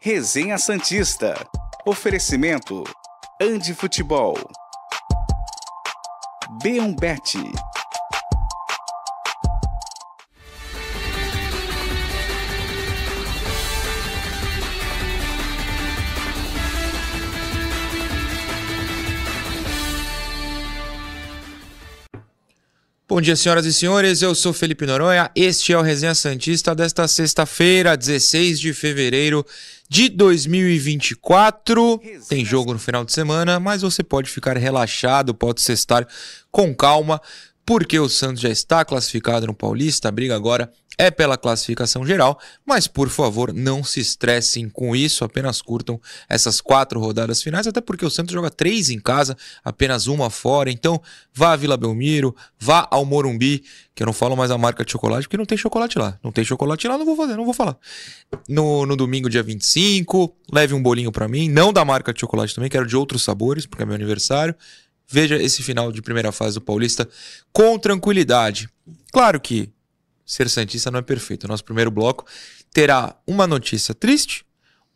Resenha Santista. Oferecimento. Andi Futebol. B1Bet. Bom dia, senhoras e senhores. Eu sou Felipe Noronha. Este é o Resenha Santista desta sexta-feira, 16 de fevereiro de 2024. Tem jogo no final de semana, mas você pode ficar relaxado, pode sextar com calma, porque o Santos já está classificado no Paulista. A briga agora é pela classificação geral, mas por favor não se estressem com isso, apenas curtam essas quatro rodadas finais, até porque o Santos joga três em casa, apenas uma fora, então vá a Vila Belmiro, vá ao Morumbi, que eu não falo mais a marca de chocolate, porque não tem chocolate lá, não tem chocolate lá, não vou fazer, não vou falar. No, no domingo, dia 25, leve um bolinho para mim, não da marca de chocolate também, quero de outros sabores, porque é meu aniversário, veja esse final de primeira fase do Paulista com tranquilidade. Claro que ser Santista não é perfeito. O nosso primeiro bloco terá uma notícia triste,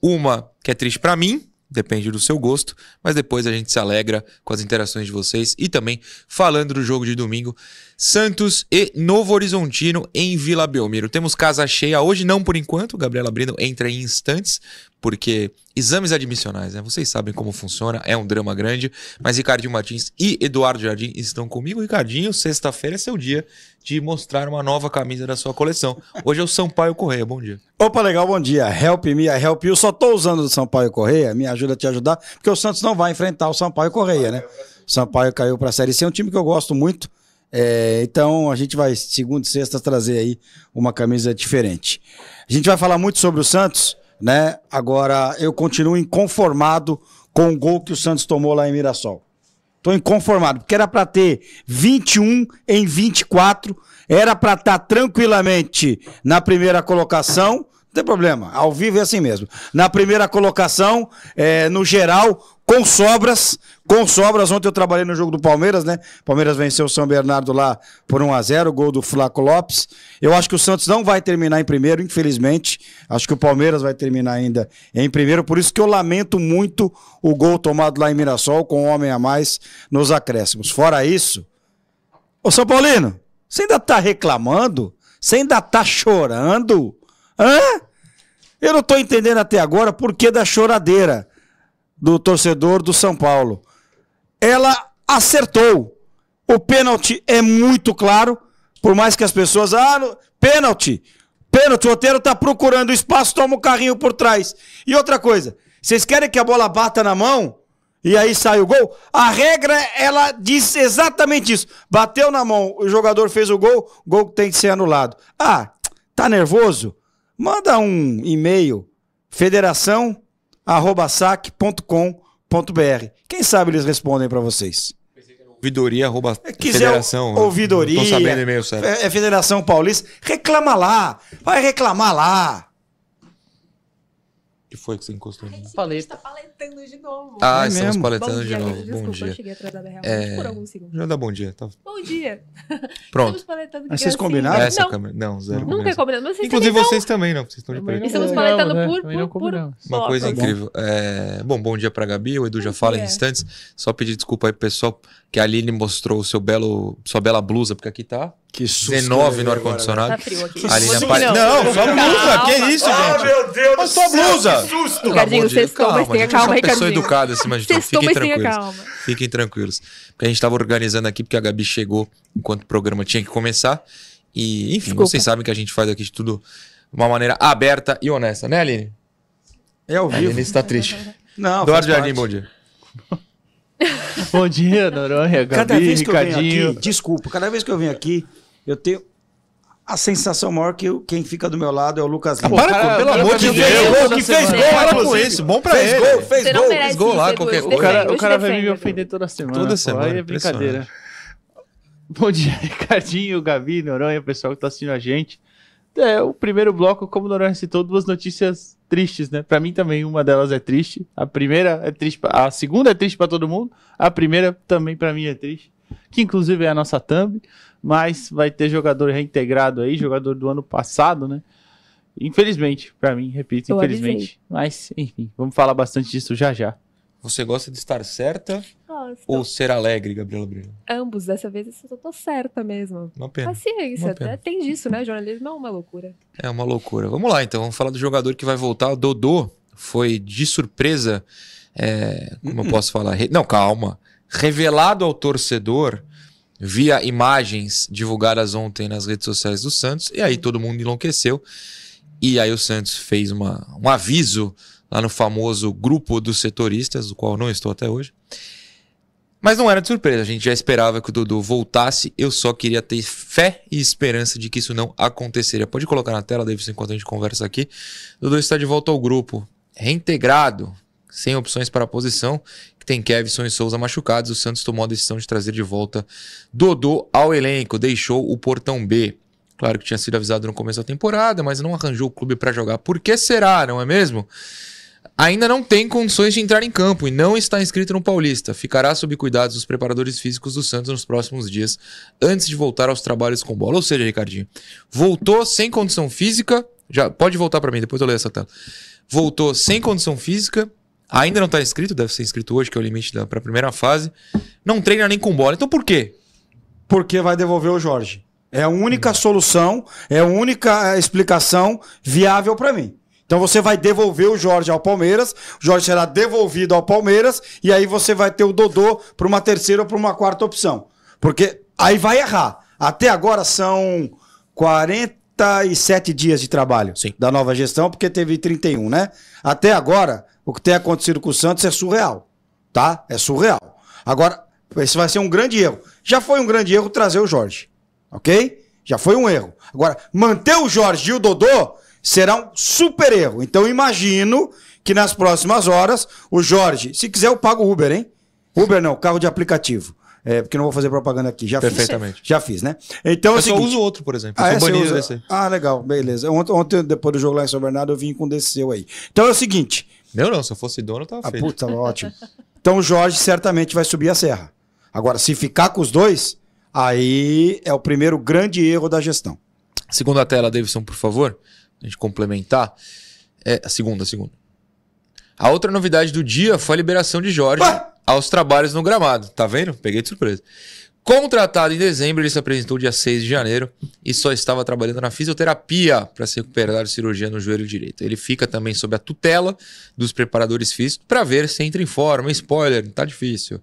uma que é triste para mim, depende do seu gosto, mas depois a gente se alegra com as interações de vocês e também falando do jogo de domingo, Santos e Novo Horizontino em Vila Belmiro. Temos casa cheia hoje, não por enquanto, Gabriela Brino entra em instantes, porque exames admissionais, né? Vocês sabem como funciona, é um drama grande, mas Ricardinho Martins e Eduardo Jardim estão comigo. Ricardinho, sexta-feira é seu dia de mostrar uma nova camisa da sua coleção. Hoje é o Sampaio Correia, bom dia. Opa, legal, bom dia. Help me, help you. Só tô usando o Sampaio Correia, me ajuda a te ajudar, porque o Santos não vai enfrentar o Sampaio Correia, né? O Sampaio caiu para a Série C, é um time que eu gosto muito. É, então a gente vai, segunda e sexta, trazer aí uma camisa diferente. A gente vai falar muito sobre o Santos, né? Agora eu continuo inconformado com o gol que o Santos tomou lá em Mirassol. Tô inconformado, porque era para ter 21 em 24, era para estar tranquilamente na primeira colocação. Não tem problema, ao vivo é assim mesmo. Na primeira colocação, é, no geral, com sobras, com sobras. Ontem eu trabalhei no jogo do Palmeiras, né? Palmeiras venceu o São Bernardo lá por 1 a 0 gol do Flaco Lopes. Eu acho que o Santos não vai terminar em primeiro, infelizmente. Acho que o Palmeiras vai terminar ainda em primeiro, por isso que eu lamento muito o gol tomado lá em Mirassol com um homem a mais nos acréscimos. Fora isso, ô São Paulino, você ainda tá reclamando? Você ainda tá chorando? Hã? Eu não tô entendendo até agora por que da choradeira do torcedor do São Paulo. Ela acertou. O pênalti é muito claro, por mais que as pessoas. Ah, no... pênalti! Pênalti, o roteiro tá procurando espaço, toma o carrinho por trás. E outra coisa, vocês querem que a bola bata na mão? E aí sai o gol? A regra, ela diz exatamente isso. Bateu na mão, o jogador fez o gol, gol tem que ser anulado. Ah, tá nervoso? Manda um e-mail, federação arroba sac.com.br. Quem sabe eles respondem para vocês. Ouvidoria, arroba Quiser federação. É, né? ouvidoria, Tô sabendo o e-mail, certo. é, é Federação Paulista, reclama lá, vai reclamar lá. O que foi que você encostou? em mim? Falei. Está tá paletando de novo. Ah, É estamos mesmo? paletando de novo. gente. Bom Desculpa, eu dia. cheguei atrasada realmente É. por alguns segundos. Já dá bom dia. Tá Bom dia. pronto. Estamos paletando Mas vocês gracinha. combinaram? Ah, Essa não, câmera. Não, Então- zero. nunca combinação. é combinado. Mas vocês Inclusive também vocês também, não. Vocês estão de preto. Também não Estamos combinamos, paletando né? por- Também não por- por- combinamos. não. Uma coisa tá bom. incrível. É, Bom, bom dia pra Gabi. O Edu já Bom fala em dia. instantes. Só pedir desculpa aí pro pessoal que a Aline mostrou o seu belo, sua bela blusa, porque aqui tá Que susto. 19 no Tá ar-condicionado. frio aqui. A Aline Vocês apare... Não, só blusa. Calma. Que isso, Ah, gente? meu Deus Mas do sua céu, blusa. que susto. Pelo amor Ricardinho, de Deus, sextou, mas tenha gente, eu sou calma, uma pessoa Ricardinho. educada acima de tudo. Sextou, Fiquem mas tenha tranquilos. calma. Fiquem tranquilos. Porque a gente estava organizando aqui, porque a Gabi chegou enquanto o programa tinha que começar. E, enfim, Desculpa. vocês sabem que a gente faz aqui de tudo de uma maneira aberta e honesta, né, Aline? É ao A Aline vivo. está triste. Não, Eduardo faz Jardim, parte. bom dia. Bom dia, Noronha, Gabi, Cada vez que eu venho Ricardinho. aqui, desculpa, cada vez que eu venho aqui, eu tenho a sensação maior que eu- quem fica do meu lado é o Lucas Lima. Para cara, com, pelo o cara amor tá de me Deus. ofendendo Gol toda que fez semana. gol, para com Inclusive. isso. Bom pra Fez ele. gol, fez Você não gol. merece fez gol lá, isso, qualquer Edu, coisa. O cara, defende, o cara hoje vai vir me defende. ofender toda semana. Toda pô, semana, Aí é brincadeira. Bom dia, Ricardinho, Gabi, Noronha, pessoal que tá assistindo a gente. É, o primeiro bloco, como o Noronha citou, duas notícias tristes, né? Pra mim também uma delas é triste. A primeira é triste, pra- a segunda é triste pra todo mundo. A primeira também pra mim é triste, que inclusive é a nossa thumb, mas vai ter jogador reintegrado aí, jogador do ano passado, né? Infelizmente, pra mim, repito, Eu infelizmente. Mas, enfim, vamos falar bastante disso já já. Você gosta de estar certa Gosto. ou ser alegre, Gabriela Brino? Ambos, dessa vez eu só tô certa mesmo. Uma pena. Paciência, Uma pena. até tem disso, né? Jornalismo é uma loucura. É uma loucura. Vamos lá, então. Vamos falar do jogador que vai voltar. O Dodô foi de surpresa. é, como eu posso falar? Re- Não, calma. Revelado ao torcedor via imagens divulgadas ontem nas redes sociais do Santos. E aí todo mundo enlouqueceu. E aí o Santos fez uma, um aviso lá no famoso grupo dos setoristas, do qual eu não estou até hoje. Mas não era de surpresa, a gente já esperava que o Dudu voltasse, eu só queria ter fé e esperança de que isso não aconteceria. Pode colocar na tela, Davidson, enquanto a gente conversa aqui. O Dudu está de volta ao grupo, reintegrado, sem opções para a posição, que tem Kevson e Souza machucados. O Santos tomou a decisão de trazer de volta Dodô ao elenco, deixou o portão B. Claro que tinha sido avisado no começo da temporada, mas não arranjou o clube para jogar. Por que será, não é mesmo? ainda não tem condições de entrar em campo e não está inscrito no Paulista. Ficará sob cuidados dos preparadores físicos do Santos nos próximos dias, antes de voltar aos trabalhos com bola. Ou seja, Ricardinho, voltou sem condição física. Já pode voltar para mim, depois eu leio essa tela. Voltou sem condição física, ainda não está inscrito, deve ser inscrito hoje, que é o limite para a primeira fase. Não treina nem com bola. Então por quê? Porque vai devolver o Jorge. É a única solução, é a única eh, explicação viável para mim. Então você vai devolver o Jorge ao Palmeiras, o Jorge será devolvido ao Palmeiras, e aí você vai ter o Dodô para uma terceira ou para uma quarta opção. Porque aí vai errar. Até agora são 47 dias de trabalho Sim. da nova gestão, porque teve 31, né? Até agora, o que tem acontecido com o Santos é surreal. Tá? É surreal. Agora, esse vai ser um grande erro. Já foi um grande erro trazer o Jorge. Ok? Já foi um erro. Agora, manter o Jorge e o Dodô será um super erro. Então, eu imagino que nas próximas horas, o Jorge, se quiser, eu pago o Uber, hein? Uber não, carro de aplicativo. É, porque eu não vou fazer propaganda aqui. Já Perfeitamente. fiz. Já fiz, né? Então, é Eu o só seguinte- uso outro, por exemplo. Eu ah, sou é, você banido usa? desse aí. Ah, legal, beleza. Ontem, ontem, depois do jogo lá em São Bernardo, eu vim com desse seu aí. Então é o seguinte. Meu não, se eu fosse dono, eu tava Ah, feito. puta, ótimo. Então o Jorge certamente vai subir a serra. Agora, se ficar com os dois, aí é o primeiro grande erro da gestão. Segunda tela, Davidson, por favor. A gente complementar. É, a segunda, a segunda. A outra novidade do dia foi a liberação de Jorge Ué? aos trabalhos no gramado. Tá vendo? Peguei de surpresa. Contratado em dezembro, ele se apresentou dia 6 de janeiro e só estava trabalhando na fisioterapia para se recuperar de cirurgia no joelho direito. Ele fica também sob a tutela dos preparadores físicos para ver se entra em forma. Spoiler, tá difícil.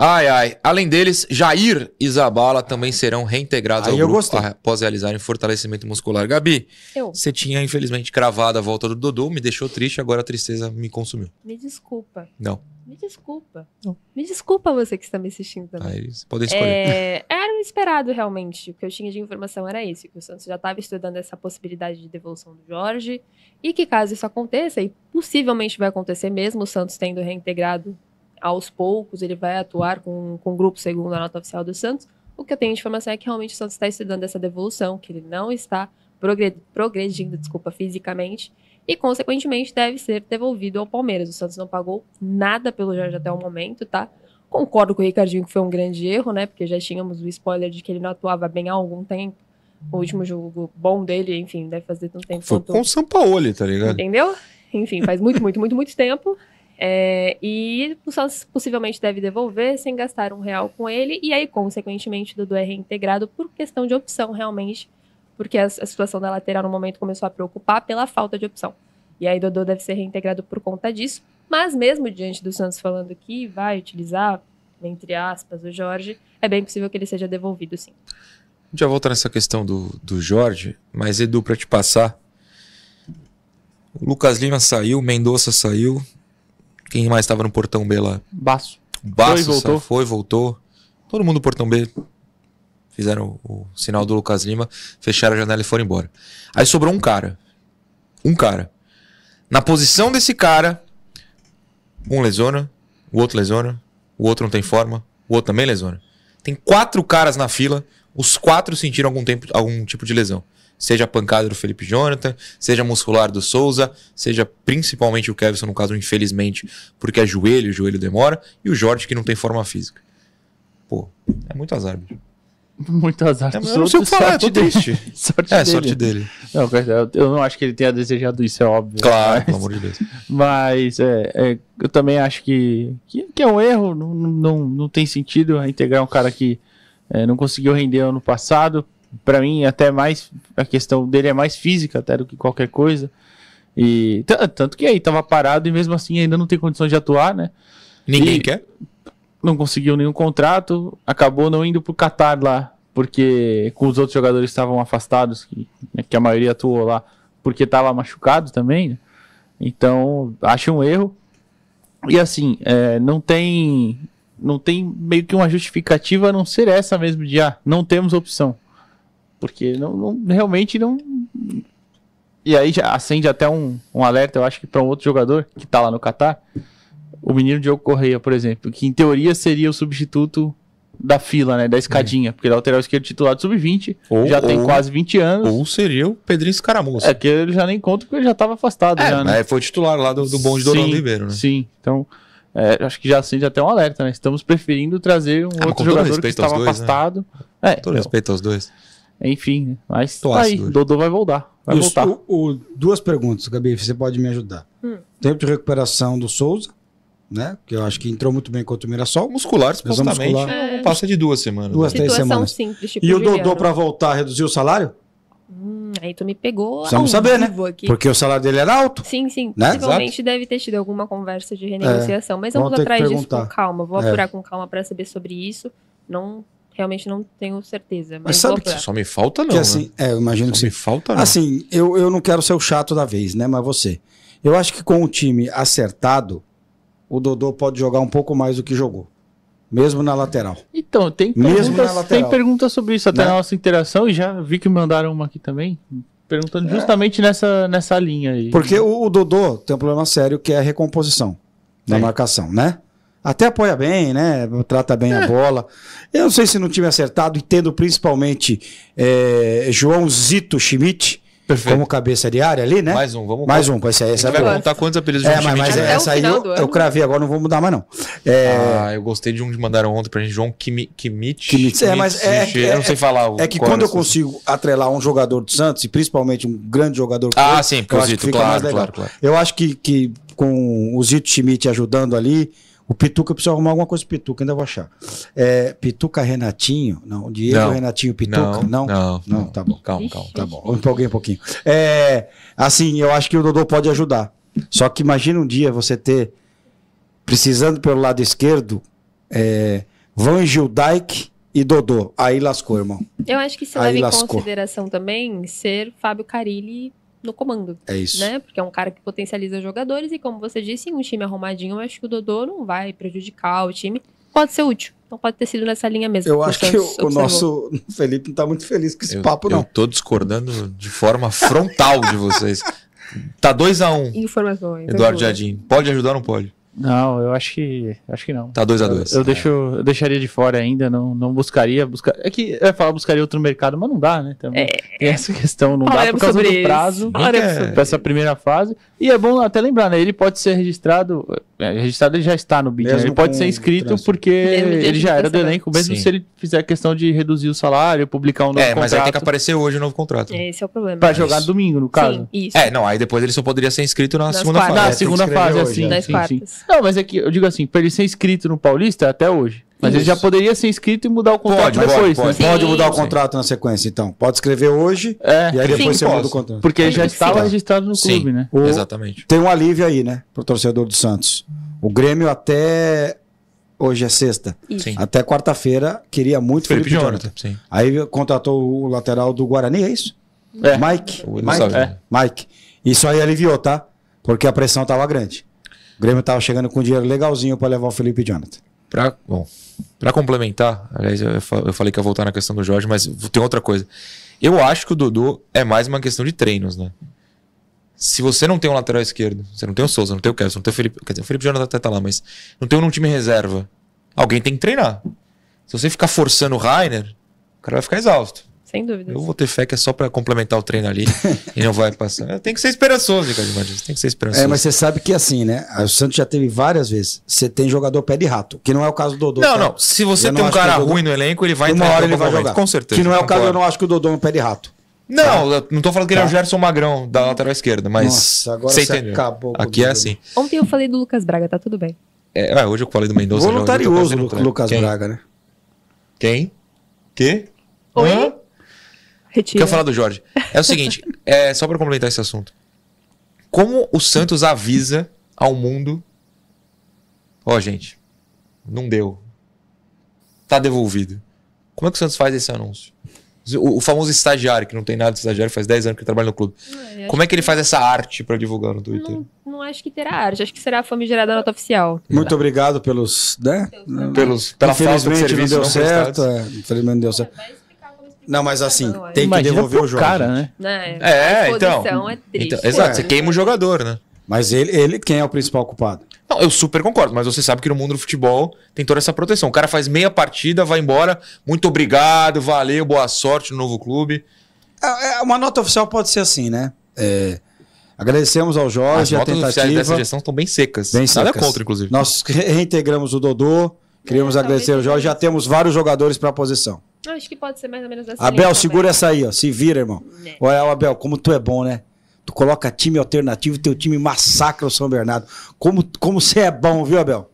Ai, ai. Além deles, Jair e Zabala também serão reintegrados Aí ao eu grupo gostei. após realizarem fortalecimento muscular. Gabi, Eu, você tinha infelizmente cravado a volta do Dodô, me deixou triste, agora a tristeza me consumiu. me desculpa. Não. Me desculpa. Me desculpa você que está me assistindo também. Aí vocês podem escolher. É, era o esperado, realmente. O que eu tinha de informação era isso, que o Santos já estava estudando essa possibilidade de devolução do Jorge. E que caso isso aconteça, e possivelmente vai acontecer mesmo, o Santos tendo reintegrado aos poucos, ele vai atuar com, com o grupo segundo a nota oficial do Santos. O que eu tenho de informação é que realmente o Santos está estudando essa devolução, que ele não está progre- progredindo, desculpa, fisicamente. E, consequentemente, deve ser devolvido ao Palmeiras. O Santos não pagou nada pelo Jorge até o momento, tá? Concordo com o Ricardinho que foi um grande erro, né? Porque já tínhamos o spoiler de que ele não atuava bem há algum tempo. O último jogo bom dele, enfim, deve fazer tanto tempo Foi quanto- com o Sampaoli, tá ligado? Entendeu? Enfim, faz muito, muito, muito, muito tempo. É, e o Santos possivelmente deve devolver sem gastar um real com ele. E aí, consequentemente, o Dudu é reintegrado por questão de opção, realmente. Porque a, a situação da lateral no momento começou a preocupar pela falta de opção. E aí, Dodô deve ser reintegrado por conta disso. Mas, mesmo diante do Santos falando que vai utilizar, entre aspas, o Jorge, é bem possível que ele seja devolvido, sim. A gente já volta nessa questão do, do Jorge, mas Edu, pra te passar. O Lucas Lima saiu, Mendonça saiu. Quem mais tava no portão B lá? Baço. O Basso Foi, foi, voltou. voltou. foi, voltou. Todo mundo do portão B fizeram o, o sinal do Lucas Lima, fecharam a janela e foram embora. Aí sobrou um cara. Um cara. Na posição desse cara, um lesiona, o outro lesiona, o outro não tem forma, o outro também lesiona. Tem quatro caras na fila, os quatro sentiram algum, tempo, algum tipo de lesão. Seja a pancada do Felipe Jonathan, seja a muscular do Souza, seja principalmente o Kevson, no caso, infelizmente, porque é joelho, o joelho demora, e o Jorge que não tem forma física. Pô, é muito azar, bicho. Muito azar Eu dos não sei o que outros, falar, sorte tô triste. dele. Sorte É, dele. sorte dele. Não, cara, eu- eu não acho que ele tenha desejado isso, é óbvio. Claro, pelo amor de Deus. Mas é, é, eu também acho que, que, que é um erro, não, não, não- não tem sentido integrar um cara que é, não conseguiu render ano passado. Pra mim, até mais, a questão dele é mais física até do que qualquer coisa. E ta- tanto que aí tava parado e mesmo assim ainda não tem condições de atuar, né? Ninguém E- quer? Não conseguiu nenhum contrato, acabou não indo pro Qatar lá, porque com os outros jogadores que estavam afastados, que, né, que a maioria atuou lá, porque tava machucado também, né? Então, acho um erro. E assim, é, não tem não tem meio que uma justificativa a não ser essa mesmo de ah, não temos opção. Porque não, não- realmente não. E aí já acende até um, um alerta, eu acho que para um outro jogador que tá lá no Catar. O menino Diogo Correia, por exemplo, que em teoria seria o substituto da fila, né? Da escadinha. Porque ele é o lateral esquerdo titular do sub-20, Ou- já tem ou- quase 20 anos. Ou seria o Pedrinho Escaramuça. É que ele já nem conta porque ele já estava afastado. já, né? É, foi o titular lá do, do bonde do Orlando Sim, Ribeiro, né? Sim, então é, acho que já acende até um alerta, né? Estamos preferindo trazer um Ah, mas com outro todo jogador que respeito aos estava dois, né? afastado. É, Todo então, respeito aos dois. enfim, né? mas Tô tá aí, ácido hoje. Dodô vai voltar. Vai Dos- voltar. o- o- duas perguntas, Gabi, você pode me ajudar. Tempo de recuperação do Souza, né? Que eu acho que entrou muito bem contra o Mirassol. Muscular, Lesão supostamente, muscular. É. não passa de duas semanas. Duas, né? três Situação semanas. simples, tipo E o Juliano. Dodô pra voltar reduziu o salário? Hum, Aí tu me pegou. Precisamos ao saber, né? vivo Aqui. Porque o salário dele era alto. Sim, sim. Né? Possivelmente deve ter tido alguma conversa de renegociação. Mas Vamos vamos ter que atrás disso com perguntar. calma. Vou É. apurar com calma pra saber sobre isso. Não, realmente não tenho certeza. Mas, sabe vou que apurar. Só me falta não, que assim, é, eu imagino né? que Só sim. me falta não. Assim, eu, eu não quero ser o chato da vez, né? Mas você. Eu acho que com o time acertado, o Dodô pode jogar um pouco mais do que jogou. Mesmo na lateral. Então, tem Mesmo perguntas, na lateral. tem perguntas sobre isso até Né? na nossa interação e já vi que mandaram uma aqui também, perguntando justamente nessa, nessa linha aí. É. Porque o, o Dodô tem um problema sério que é a recomposição da É. marcação, né? Até apoia bem, né? Trata bem a bola. Eu não sei se no time acertado, e tendo principalmente eh, João Zito Schmidt Perfeito. como cabeça de área ali, né? Mais Mais, um, vamos um, pois é, Você essa é vai boa. contar quantos apelidos de É, um mas, time mas de- Até o essa aí final eu, do ano. eu cravei, agora não vou mudar mais não. É. Ah, eu gostei de um que mandaram ontem pra gente, João Kimi, Kimich. Kimich. É, mas é- Kimich, eu não sei falar. o- É que qual quando era eu essa- consigo atrelar um jogador do Santos, e principalmente um grande jogador como Ah, ele, sim, porque eu o acho que Zito, fica mais claro, legal. claro, claro. Eu acho que, que com o Zito Schmidt ajudando ali, o Pituca, eu preciso arrumar alguma coisa pro Pituca, ainda vou achar. É, Pituca Renatinho? Não, Diego Não. Renatinho Pituca? Não, Não, não, Não, não. tá bom. Calma, Ixi. calma. Tá bom, eu empolguei um pouquinho. É, assim, eu acho que o Dodô pode ajudar. Só que imagina um dia você ter, precisando pelo lado esquerdo, é, Van Dyke e Dodô. Aí lascou, irmão. Eu acho que se Aí leva em lascou. consideração também ser Fábio Carilli no comando. É isso. né? Porque é um cara que potencializa jogadores e, como você disse, em um time arrumadinho, eu acho que o Dodô não vai prejudicar o time. Pode ser útil. Não pode ter sido nessa linha mesmo. Eu acho que Santos o, o observou. nosso Felipe não tá muito feliz com esse Eu, papo, eu não. tô discordando de forma frontal de vocês. Tá 2x1, Informações. Eduardo Eduardo. Jardim. Pode ajudar ou não pode? Não, eu acho que acho que não. Tá 2x2. É. Eu, deixo, eu deixaria de fora ainda, não, não buscaria. Buscar... É que eu ia falar buscaria outro mercado, mas não dá, né? Também. Tem essa questão, não dá por É. Falaremos causa sobre do isso. prazo. Falaremos sobre Pra essa primeira fase. E é bom até lembrar, né? Ele pode ser registrado. é, registrado ele já está no BID. né? Mesmo Ele pode com ser inscrito trânsito. porque Mesmo dia ele de já era do transferência. elenco, mesmo Sim. se ele fizer questão de reduzir o salário, publicar um novo É, mas aí tem que contrato. aparecer hoje o novo contrato. É, Esse é o problema. Pra jogar domingo, no É, caso. Sim, isso. não, aí depois ele só poderia ser inscrito na Nas segunda quartas. Na fase. Nas- segunda Ah, é, tem que escrever fase, hoje, assim. né? das sim, sim. quartas. Não, mas é que eu digo assim, pra ele ser inscrito no Paulista até hoje. Mas ele Isso. já poderia ser inscrito e mudar o contrato Pode, pode, depois, pode. né? Pode mudar o Sim. contrato na sequência, então. Pode escrever hoje É. e aí depois você Sim. muda o Posso. contrato. Porque ele já Acho que estava sim. registrado no Sim. clube, né? O- Exatamente. Tem um alívio aí, né, pro torcedor do Santos. O Grêmio até. Hoje é sexta. Isso. Sim. Até quarta-feira queria muito Felipe, Felipe, Jonathan. Jonathan. Sim. Aí contratou o lateral do Guarani, é isso? É. Mike. O Mike. Dinossauro. Mike. Isso aí aliviou, tá? Porque a pressão tava grande. O Grêmio tava chegando com dinheiro legalzinho pra levar o Felipe Jonathan. Pra, bom, pra complementar, aliás, eu, eu fa- eu falei que ia voltar na questão do Jorge, mas v- tem outra coisa. Eu acho que o Dodô é mais uma questão de treinos, né? Se você não tem um lateral esquerdo, você não tem o Souza, não tem o Kevson, não tem o Felipe. Quer dizer, o Felipe Jonathan até tá lá, mas não tem um num time reserva. Alguém tem que treinar. Se você ficar forçando o Rainer, o cara vai ficar exausto. Sem dúvida. Eu vou ter fé que é só pra complementar o treino ali e não vai passar. É, Tem que ser esperançoso, Ricardo Batista. Tem que ser esperançoso. É, mas você sabe que assim, né? O Santos já teve várias vezes. Você tem jogador pé de rato, que não é o caso do Dodô. Não, tá? não. Se você Eu tem não um acho que cara o Dodô- ruim no elenco, ele vai Uma entrar em hora algum ele vai momento, jogar. Com certeza. Que não é o caso, eu concordo. não acho que o Dodô é um pé de rato. Não, eu não tô falando que ele é o Tá. Gerson Magrão, da lateral esquerda, mas. Nossa, agora você você entendeu. acabou com Aqui o é Dodô. assim. Ontem eu falei do Lucas Braga, tá tudo bem. É, ué, hoje eu falei do Mendonça. já- Voluntarioso, já tô Lu- trazendo Lucas Quem? Braga, né? Quem? Quê? Oi? Hã? Retira. Quer falar do Jorge? É o seguinte, é, só pra complementar esse assunto. Como o Santos avisa ao mundo: Ó, gente, não deu. Tá devolvido. Como é que o Santos faz esse anúncio? O, o famoso estagiário, que não tem nada de estagiário, faz 10 anos que trabalha no clube. É, eu Como é que ele faz essa arte pra divulgar no acho- Twitter? não, não acho que terá arte, acho que será a famigerada nota oficial. Muito obrigado pelos. Né? Pelos, pela falta de Infelizmente serviço não deu prestados. certo. é, Infelizmente não deu certo. Vai explicar como explicar. Não, mas assim, Não, é. tem que Imagina devolver pro o Jorge. cara, né? Né? É, A exposição então. é triste. Então, exato, É. você queima o jogador, né? Mas ele, ele, quem é o principal culpado? Não, eu super concordo, mas você sabe que no mundo do futebol tem toda essa proteção. O cara faz meia partida, vai embora, muito obrigado, valeu, boa sorte no novo clube. É, é, Uma nota oficial pode ser assim, né? É, agradecemos ao As Jorge a notas oficiais dessa tentativa. gestão estão bem secas. Bem Nada secas. contra, inclusive. Nós reintegramos o Dodô. Queremos É, agradecer ao talvez Jorge. Já seja temos vários jogadores para a posição. Não, Acho que pode ser mais ou menos assim. Abel, segura essa aí, ó. Se vira, irmão. Olha, ó, Abel, como tu é bom, né? Tu coloca time alternativo, teu time massacra o São Bernardo. Como como você é bom, viu, Abel?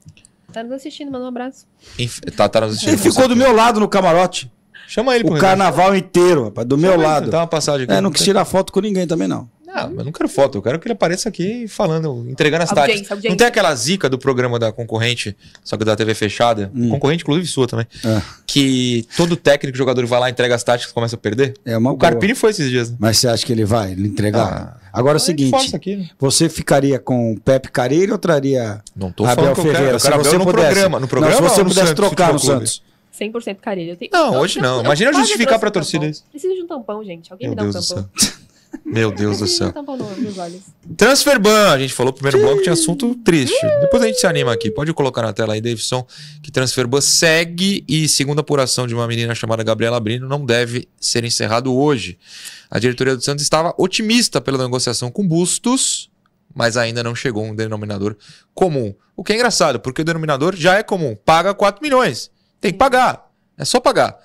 Tá nos assistindo, manda um abraço. Enf- Tá, tá nos Ele É, assistindo. ficou do meu lado no camarote. Chama ele O pro carnaval inteiro, rapaz, do meu Chama ele, lado. Dá uma passagem aqui. É, não quis tirar foto com ninguém também, não. Não, Ah, mas eu não quero foto, eu quero que ele apareça aqui falando, entregando as Audiência, táticas. audiência. Não tem aquela zica do programa da concorrente, só que da TV fechada, concorrente inclusive sua também, Hum. É. que todo técnico, jogador vai lá, entrega as táticas e começa a perder? É uma O boa. Carpini foi esses dias. né? Mas você acha que ele vai lhe entregar? Agora é o Ele força seguinte, aqui, né? você ficaria com o Pepe Careiro ou traria Não tô Abel falando que eu Ferreira? quero, eu quero se Abel você no pudesse, programa. No programa não, se ou você no pudesse Santos trocar no Futebol Clube? Santos. 100% carilho. Eu tenho... Não, hoje não. Imagina eu quase justificar pra trouxe um torcida tampão. isso. Preciso de um tampão, gente. Alguém Meu me dá um Deus do tampão. céu. Meu Deus do Preciso de um céu. tampão no- nos olhos. Transferban, a gente falou no primeiro bloco, tinha assunto triste. Depois a gente se anima aqui. Pode colocar na tela aí, Davidson, que Transferban segue e, segundo a apuração de uma menina chamada Gabriela Brino, não deve ser encerrado hoje. A diretoria do Santos estava otimista pela negociação com Bustos, mas ainda não chegou a um denominador comum. O que é engraçado, porque o denominador já é comum. Paga 4 milhões. Tem que pagar. É só pagar.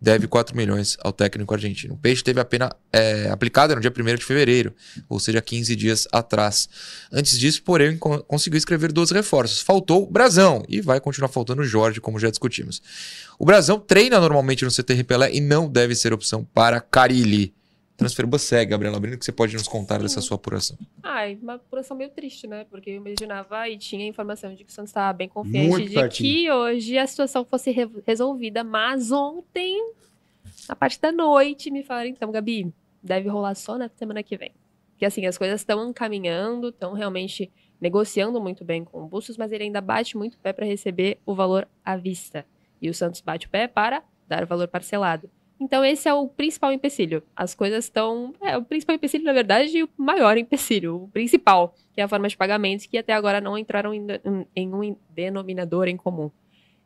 Deve 4 milhões ao técnico argentino. O Peixe teve a pena é, aplicada no dia 1 de fevereiro ou seja, 15 dias atrás. Antes disso, porém, con- conseguiu escrever 12 reforços. Faltou o Brasão e vai continuar faltando o Jorge, como já discutimos. O Brasão treina normalmente no CT Repelé e não deve ser opção para Carilli. Transferba segue, Gabriela Brino, que você pode nos contar dessa sua apuração. Ai, uma apuração meio triste, né? Porque eu imaginava e tinha a informação de que o Santos estava bem confiante Muito de pertinho. que hoje a situação fosse re- resolvida. Mas ontem, na parte da noite, me falaram, então, Gabi, deve rolar só na semana que vem. Porque assim, as coisas estão encaminhando, estão realmente negociando muito bem com o Bustos, mas ele ainda bate muito o pé para receber o valor à vista. E o Santos bate o pé para dar o valor parcelado. Então esse é o principal empecilho. As coisas estão... É, o principal empecilho, na verdade, e o maior empecilho, o principal, que é a forma de pagamento, que até agora não entraram em, em um denominador em comum.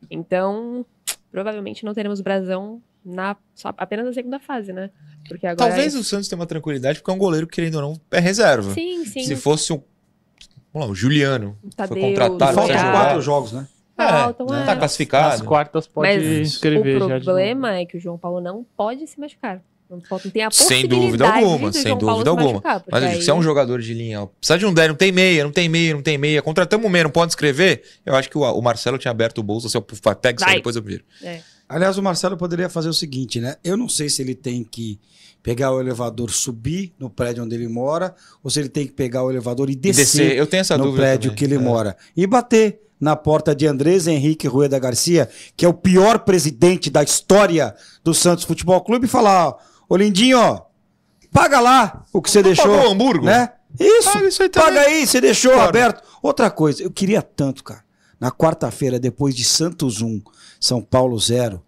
Então, provavelmente não teremos brasão na, só, apenas na segunda fase, né? Porque agora... Talvez o Santos tenha uma tranquilidade, porque é um goleiro que, querendo ou não, é reserva. Sim, sim. Se fosse um. Vamos lá, o Juliano. Tadeu, contratado, Goiás. Faltam Será? quatro jogos, né? Faltam, é. Tá As classificado. quartas pode Mas escrever já. o de problema é que o João Paulo não pode se machucar. Não, pode, não tem a Sem possibilidade dúvida alguma, do sem João dúvida Paulo se alguma. machucar, porque Mas eu digo, se é um aí- jogador de linha, ó, precisa de um 10, não tem meia, não tem meia, não tem meia, contratamos um meia, não pode escrever. Eu acho que o, o Marcelo tinha aberto o bolso, assim, ó, puf, pega isso aí, Vai. depois eu viro. Aliás, o Marcelo poderia fazer o seguinte, né? Eu não sei se ele tem que pegar o elevador, subir no prédio onde ele mora, ou se ele tem que pegar o elevador e E descer, descer, eu tenho essa no dúvida. prédio também. que ele É. mora e bater na porta de Andrés Henrique Rueda Garcia, que é o pior presidente da história do Santos Futebol Clube, e falar: ó, ô Lindinho, ó, paga lá o que você deixou. Pagou o Hamburgo? Né? Isso. Paga Paga, isso aí também. aí, você deixou Claro. aberto. Outra coisa, eu queria tanto, cara, na quarta-feira, depois de Santos 1, São Paulo 0,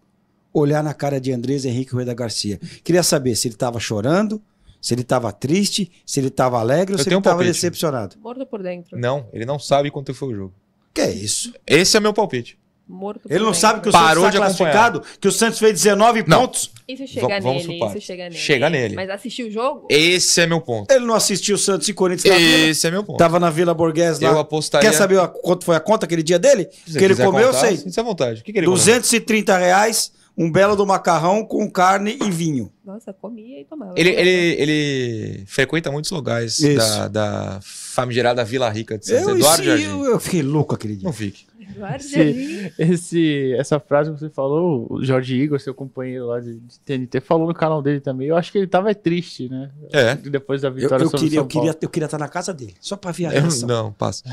olhar na cara de Andrés Henrique Rueda Garcia. Queria saber se ele estava chorando, se ele estava triste, se ele estava alegre Eu ou se tenho ele um estava palpite. decepcionado. Morto por dentro. Não, ele não sabe quanto foi o jogo. Que é isso? Esse é meu palpite. morto. por Ele não dentro. sabe que o Parou Santos de está acompanhar. classificado, que o Santos fez 19 Não. pontos. Isso chega Vam- vamos nele, supor. isso chega É nele. Chega nele. Mas assistir o jogo? Esse é meu ponto. Ele não assistiu o Santos e Corinthians na Vila. Esse é meu ponto. Tava na Vila Borghese lá. Eu apostaria. Tá, Quer saber a- quanto foi a conta aquele dia dele? Se você que ele quiser comeu, eu contar, sei. Sinta-se à vontade. O que, que ele comeu? 230 reais, um belo do macarrão com carne e vinho. Nossa, comia e tomava. Ele, ele, ele frequenta muitos lugares Isso. da, da famigerada Vila Rica de Santos Eu, Eduardo e se- Jardim. eu, eu fiquei louco aquele dia. Não fique. Eduardo Sim. Jardim. Esse, essa frase que você falou, o Jorge Igor, seu companheiro lá de, de TNT, falou no canal dele também. Eu acho que ele tava é triste, né? É. Depois da Eu, vitória eu sobre queria, São eu, queria, Paulo. eu queria estar na casa dele, só pra ver a Eu- reação. não, passa.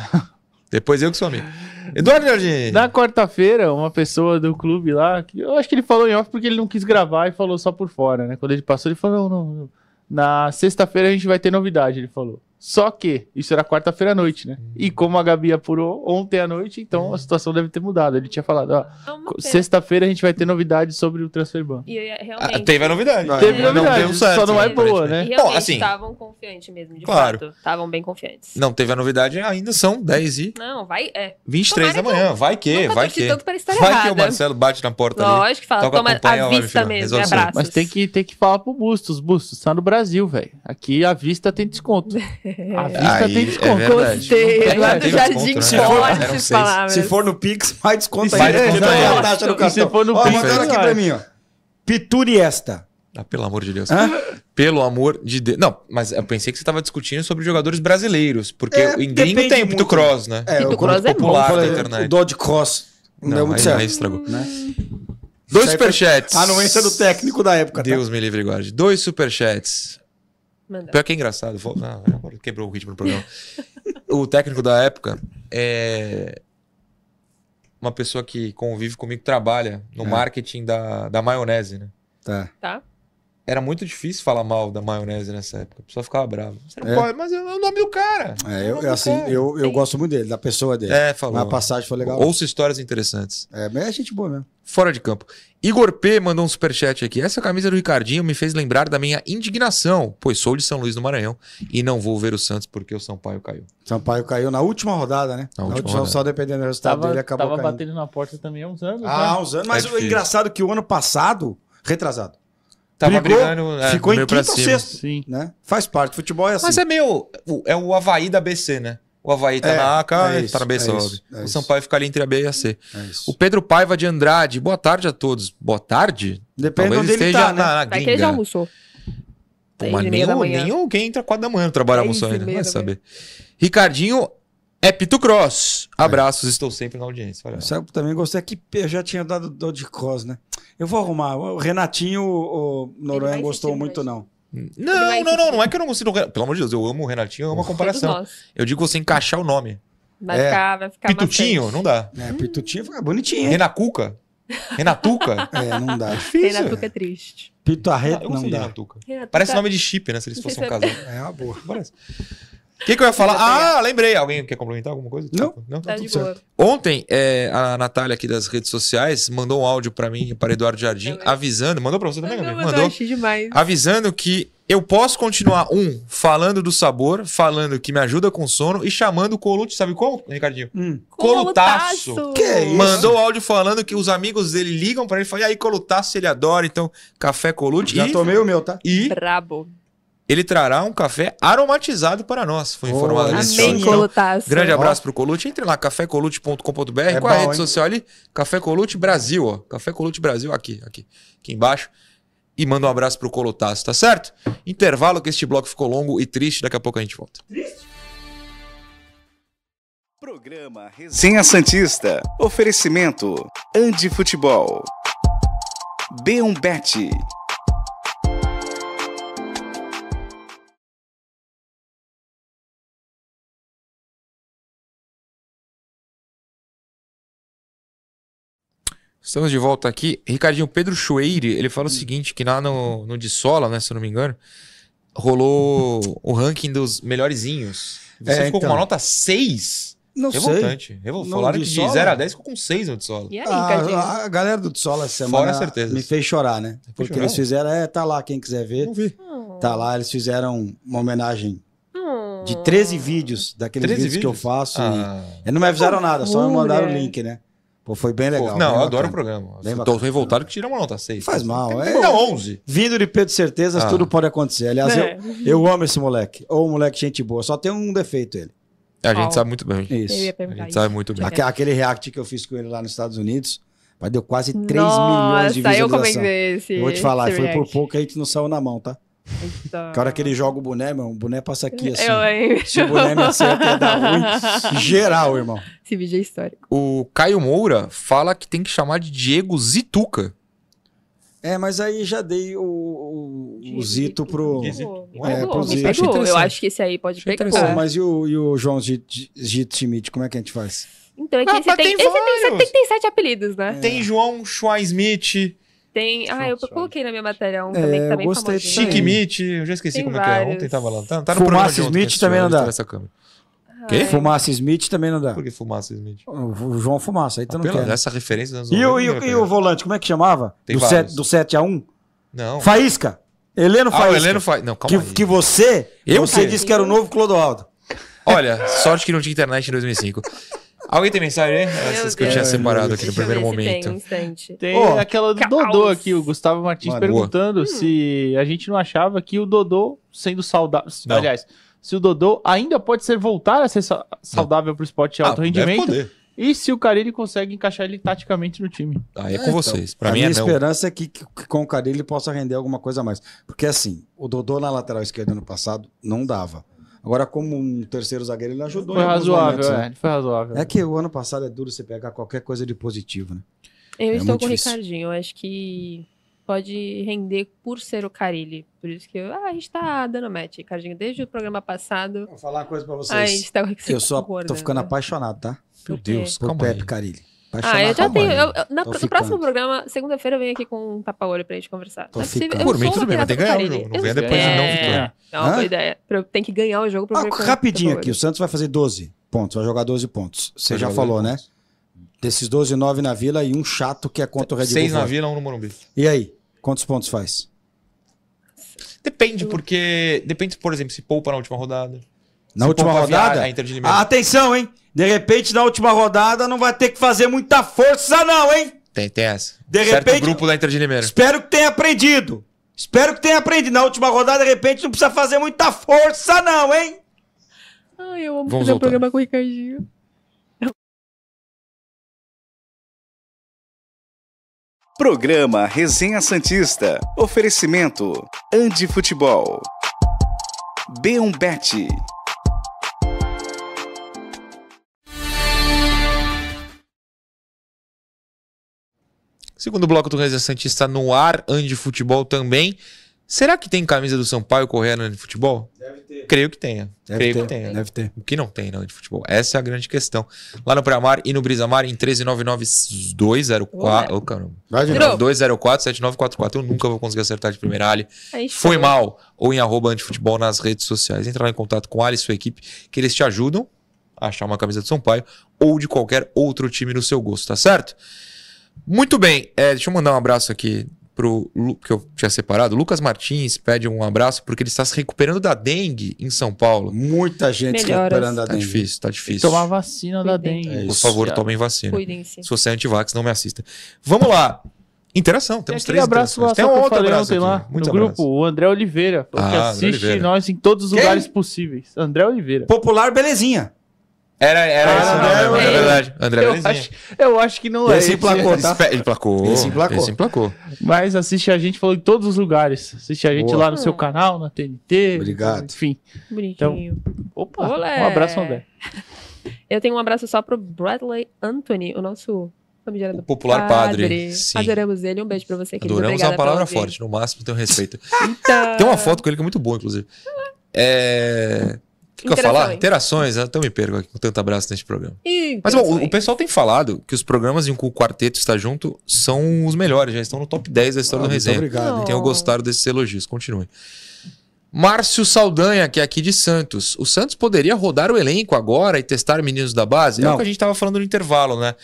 Depois eu que sou amigo. Eduardo Jardim. Na quarta-feira, uma pessoa do clube lá, que eu acho que ele falou em off porque ele não quis gravar e falou só por fora, né? Quando ele passou, ele falou: não, não, não. Na sexta-feira a gente vai ter novidade, ele falou. Só que, isso era quarta-feira à noite, né? Hum. E como a Gabi apurou ontem à noite, É. então a situação deve ter mudado. Ele tinha falado: ó, Não, não sei. sexta-feira a gente vai ter novidade sobre o Transferban. um E é, realmente. Ah, teve a novidade. Não, Teve Não novidade, deu certo, só não é né, boa, aparentemente. né? E Bom, realmente assim- estavam confiantes mesmo, de Claro. fato. Estavam bem confiantes. Não, teve a novidade, ainda são 10 e Não, vai. É. 23 da Tomara manhã. Vai que, Nunca vai torci que. tanto pra Vai história errada. que o Marcelo bate na porta ali. Lógico que fala, Toca, toma acompanha à lá, meu vista filho, mesmo, e resolução. abraços. Mas tem que, tem que falar pro Bustos. Bustos, tá no Brasil, velho. Aqui a vista tem desconto. É. A vista Aí, Ah, tem é desconto. verdade. Gostei. É, Eduardo teve Jardim, desconto, fortes né? Eram seis. palavras. né? Se for no Pix, vai E desconto aí. se- Vai É, a eu taxa do gosto. Ah, E se cartão. for no Ó, Pix, mandaram aqui vai. pra mim, ó. Pituri esta. Ah, pelo amor de Deus. Hã? Pelo amor de Deus. Não, mas eu pensei que você estava discutindo sobre jogadores brasileiros. Porque É, em gringo depende tem o muito. Pito Cross, né? É, Pito eu- Cross é bom. popular Vamos falar da aí, internet. O Dodge Cross. Não, deu aí, muito aí certo. Tá, estragou. Dois né? Isso aí Ah, superchats. A anuência é do técnico da época, tá? Deus me livre e guarde. Dois superchats. Manda. Pior que é engraçado. vou- Ah, agora quebrou o ritmo do programa. o técnico da época é uma pessoa que convive comigo, trabalha no É. marketing da, da maionese, né? Tá. Tá? Era muito difícil falar mal da maionese nessa época. A pessoa ficava brava. Você não É. pode, mas é o nome do cara. É, É eu, um eu, assim, cara. eu, eu Tem- gosto muito dele, da pessoa dele. É, Mas a falou. passagem foi legal. Ouça histórias interessantes. É, mas é gente boa mesmo. Fora de campo. Igor P mandou um superchat aqui. Essa camisa do Ricardinho me fez lembrar da minha indignação, pois sou de São Luís do Maranhão e não vou ver o Santos porque o Sampaio caiu. Sampaio caiu na última rodada, né? Na Na última última, rodada. só dependendo do resultado Tava, dele, acabou tava caindo. batendo na porta também há uns anos. Ah, né? há uns anos. Mas É o difícil. engraçado é que o ano passado, retrasado, Tava Brigou, brigando, é, ficou do em meio pra quinto ou cima. sexto, Sim. né? Faz parte. Futebol é assim. Mas é meio. o- É o Havaí da BC, né? O Havaí tá É, na A, cai, é isso, tá na B, é sobe. isso, é o isso. Sampaio fica ali entre a B e a C. É O isso. Pedro Paiva de Andrade, boa tarde a todos. Boa tarde? Depende de Talvez onde ele esteja tá, né? na, na Vai que ele já gringa. almoçou. Pô, Seis mas e meia nem, da o- manhã. nem alguém entra quatro da manhã trabalhar Seis almoçando e ainda, meia vai da saber. Ricardinho é Pito Cross. É. Abraços, estou sempre na audiência. Olha lá. Sabe que eu também gostei É que eu já tinha dado dor de cross, né? Eu vou arrumar. O Renatinho, o Ele Noronha vai gostou sentir muito, nojo. não. Não, vai não, não, sentir. não é que eu não consigo. Pelo amor de Deus, eu amo o Renatinho, eu amo a Todos comparação. nós. Eu digo você encaixar o nome. Vai É. ficar, vai ficar Pitutinho, bastante. não dá. É, Pitutinho fica bonitinho, hein? Renacuca? Renatuca? É, não dá. Renatuca é triste. Ah, Eu Pitarreto gostei É, não de dá. Renatuca. Renatuca- Parece nome de chip, né? Se eles Tá. Não fossem sei um se é- casal. É uma boa. Parece. O que, que eu ia falar? Ah, lembrei. Alguém quer complementar alguma coisa? Não. Desculpa, Não? Tá tudo de boa. Ontem, é, a Natália aqui das redes sociais mandou um áudio pra mim, e para Eduardo Jardim, Também. avisando. Mandou pra você também, Gabriel? Não, eu Mandou. achei demais. Avisando que eu posso continuar, um, falando do sabor, falando que me ajuda com sono e chamando o Colute, sabe como, Ricardinho? Hum. Colutaço. Que é isso? Mandou áudio falando que os amigos dele ligam pra ele e falam: e aí, Colutaço, ele adora, então, café Colute. Já e, tomei o meu, tá? e Brabo. ele trará um café aromatizado para nós. Foi Boa, informado Olha nesse só, Amém, então. Colutaço. Grande Ó. abraço pro Colute. Entre lá, cafécolute.com.br. É Qual é a bom, rede hein? social ali? Café Colute Brasil, ó. Café Colute Brasil, aqui, aqui, aqui embaixo. E manda um abraço pro Colutaço, tá certo? Intervalo que este bloco ficou longo e triste. Daqui a pouco a gente volta. Programa Resenha Santista. Oferecimento Andi Futebol. B1 Bet. Estamos de volta aqui. Ricardinho, Pedro Chueire, ele fala o seguinte, que lá no, no de Sola, né, se eu não me engano, rolou o ranking dos melhorzinhos. Você É, ficou com então. uma nota 6. Não sei. Revoltante. Revol... No Falaram que de Odissola? 0 a 10 ficou com 6 no Odissola. E aí, Cadinho? A, a galera do Sola essa semana Fora certezas. me fez chorar, né? Fez Porque chorar? eles fizeram, é, tá lá, quem quiser ver. vi. Tá lá, eles fizeram uma homenagem Hum. de 13 vídeos, daqueles 13 vídeos, que eu vídeos? faço. e- Ah, Eles não me avisaram nada, só me Fofura. mandaram o link, né? Pô, foi bem legal. não, bem eu adoro bacana. o programa. Bem Eu tô bacana. revoltado que tira uma nota 6. Faz mal, é. Não, 11. Vindo de Pedro Certezas, Ah. tudo pode acontecer. Aliás, É. eu, eu amo esse moleque. Ou moleque gente boa. Só tem um defeito ele. A gente Ó. sabe muito bem. Isso. Eu ia A perguntar gente isso. sabe muito bem. Aque- Aquele react que eu fiz com ele lá nos Estados Unidos, mas deu quase 3 milhões de Nossa, eu visualizações. comentei esse. Eu vou te falar, esse foi por react. pouco aí que não saiu na mão, tá? Então- Que a hora que ele joga o boné, meu, o boné passa aqui assim. Eu, hein? Se o boné me acerta, ia dar ruim. Geral, irmão. Esse vídeo é histórico. O Caio Moura fala que tem que chamar de Diego Zituca. É, mas aí já dei o, o- o Zito pro. Me Zito. pegou, É, pro me Zito. Achei pegou. Eu interessante. acho que esse aí pode Achei pegar. Pô, interessante. mas e o, e o João Zito Zito Schmidt, como é que a gente faz? Então, é que Ah, esse, mas tem, tem esse tem, vários. tem- tem sete apelidos, né? É. Tem João Schweinschmidt, Tem. Ah, eu Deixa eu coloquei na minha matéria um É, também que tá eu bem gostei famosinho. disso aí. Chique Mit, eu já esqueci Tem como é que é. vários. Ontem tava lá. Tá, tá no Fumaça programa de ontem, Smith que assistiu, também não eu dá. estou nessa câmera. Quê? Fumaça Smith também não dá. Por que Fumaça Smith? O João Fumaça, aí tu não Pela- quer. essa referência dos anos E o, 90, e, o, né, e cara? o volante, como é que chamava? Tem do, vários. 7, do 7 a 1? Não. Faísca. Heleno Ah, Faísca. o Heleno faz. Não, calma que, aí. que você, Eu você quê? disse que era o novo Clodoaldo. Olha, sorte que não tinha internet em 2005. Alguém tem mensagem, né? Meu Essas que eu Deus. tinha separado aqui Deixa no eu primeiro ver se Tem, momento. um Ah, instante. Tem Ô, aquela do caos. Dodô aqui, o Gustavo Martins Mano, perguntando se a gente não achava que o Dodô, sendo saudável. Não. Aliás, se o Dodô ainda pode ser voltar a ser sa- saudável pro esporte de alto Ah, deve rendimento. poder. E se o Carilli consegue encaixar ele taticamente no time. Aí é É, com então. vocês. Pra a mim minha é não. esperança é que, que com o Carilho ele possa render alguma coisa a mais. Porque assim, o Dodô na lateral esquerda ano passado não dava. Agora, como um terceiro zagueiro, ele ajudou Foi em alguns razoável, momentos, é. né? ele Foi razoável. É que o ano passado é duro você pegar qualquer coisa de positivo, né? Eu É estou muito com o difícil. Ricardinho. Eu acho que pode render por ser o Carilli. Por isso que eu- ah, a gente tá dando match, Ricardinho. Desde o programa passado. Vou falar uma coisa pra vocês. Ai, a gente tá eu sou, tô concordando. ficando apaixonado, tá? Por quê? Por calma aí. Pepe Carilli. né? Ah, eu já Apaixonado. tenho. eu- eu- na- Tô no próximo ficando. programa, segunda-feira, eu venho aqui com um tapa-olho pra gente conversar. Tô Não é possível, ficando. eu Por mim, sou tudo bem, mas uma tem que ganhar o pirata do jogo. Não Carilli. ganha Eu- depois de não é, vitória. É uma Hã? boa ideia. Pra eu- Tem que ganhar o jogo pra eu Ah, ver com- rapidinho com aqui, o o Santos vai fazer 12 pontos, vai jogar 12 pontos. Você Vai já jogar falou, 12 né? Desses 12, 9 na Vila e um chato que é contra o Red Bull. Seis na fora. Vila, um no Morumbi. E aí, quantos pontos faz? Depende, porque... Depende, por exemplo, se poupa na última rodada. Na Se última poupa a via- rodada? A Inter de Limeira. Ah, atenção, hein? De repente, na última rodada, não vai ter que fazer muita força, não, hein? Tem, tem essa. De certo repente- grupo da Inter de Limeira. Espero que tenha aprendido. Espero que tenha aprendido. Na última rodada, de repente, não precisa fazer muita força, não, hein? Ai, eu amo Vamos fazer voltar. um programa com o Ricardinho. Programa Resenha Santista. Oferecimento Andi Futebol. B1 Bet. Segundo bloco do Resenha Santista no ar, Andy Futebol também. Será que tem camisa do Sampaio Correia no Andy Futebol? Deve ter. Creio que tenha. Creio que tenha. Deve ter. O que não tem na Andy Futebol? Essa é a grande questão. Lá no Pramar e no Brisamar em 1399-204. Ué. Ô, caramba. Vai de Virou. novo. 204-7944. Eu nunca vou conseguir acertar de primeira ali. A gente Foi tá- mal. Ou em arroba antifutebol nas redes sociais. Entra lá em contato com a Ali e sua equipe, que eles te ajudam a achar uma camisa do Sampaio ou de qualquer outro time no seu gosto, tá certo? Muito bem. É, deixa eu mandar um abraço aqui pro Lu- que eu tinha separado. Lucas Martins pede um abraço porque ele está se recuperando da dengue em São Paulo. Muita gente se Melhoras. recuperando da Tá dengue. difícil, tá Tem que difícil. tomar vacina da Cuidem. dengue. É Por isso. favem tomem vacina. Cuidem-se. Se você é antivax, não me assista. Vamos lá. Interação, temos Tem três aquele abraço lá, interações. Tem um outro abraço ontem aqui. lá Muitos no grupo, abraços. o André Oliveira, falou Ah, que André assiste Oliveira. nós em todos os Quem? lugares possíveis. André Oliveira. Popular Belezinha. Era, era, Ah, esse o nome, André é Oliveira. verdade. André Eu Belezinha. acho, eu acho que não é. Esse esse. emplacou, tá? Espe- Ele placou. Ele se emplacou. Ele se emplacou. Mas assiste a gente, falou em todos os lugares. Assiste a gente Boa. lá no Ah. seu canal, na TNT. Obrigado. Enfim. Bonitinho. Opa, Olé. Então, um abraço, André. Eu tenho um abraço só pro Bradley Anthony, o nosso famigerado O popular padre, sim. Adoramos ele. Um beijo pra você, querido. Adoramos é Obrigada uma palavra pela forte, audiência. no máximo tenho respeito. Então, Tem uma foto com ele que é muito boa, inclusive. É. O que, que eu ia falar? Interações, né? Então eu me perco aqui com tanto abraço neste programa. Ih, Mas bom, o- interações. o pessoal tem falado que os programas em que o quarteto está junto são os melhores, já estão no top 10 da história Ah, do muito resenha. obrigado. Não. Tenham gostado desses elogios, continue. Márcio Saldanha, que é aqui de Santos. O Santos poderia rodar o elenco agora e testar meninos da base? É Não. o que a gente estava falando no intervalo, né?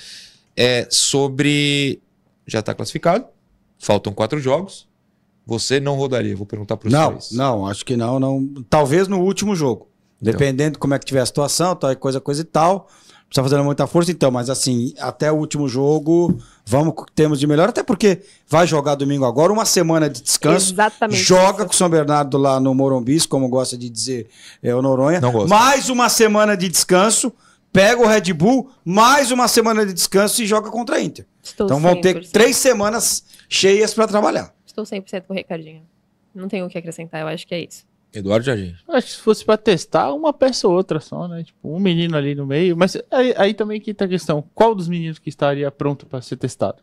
É sobre. Já está classificado, faltam quatro jogos. Você não rodaria, vou perguntar para os Não, três. Então. não, acho que não, não. Talvez no último jogo. Dependendo de como é que tiver a situação, tal, coisa, coisa e tal. Precisa fazer muita força, então, mas assim, até o último jogo, vamos com o que temos de melhor, até porque vai jogar domingo agora, uma semana de descanso. Exatamente. Joga isso. com o São Bernardo lá no Morombis, como gosta de dizer é, o Noronha. Não gosto. Mais uma semana de descanso, pega o Red Bull, mais uma semana de descanso e joga contra a Inter. Estou Então vão ter 100%. três semanas cheias pra trabalhar. Estou 100% com o Ricardinho. Não tenho o que acrescentar, eu acho que é isso. Eduardo Jardim. Acho que se fosse pra testar, uma peça ou outra só, né? Tipo, um menino ali no meio. Mas aí, aí também que tá a questão: qual dos meninos que estaria pronto pra ser testado?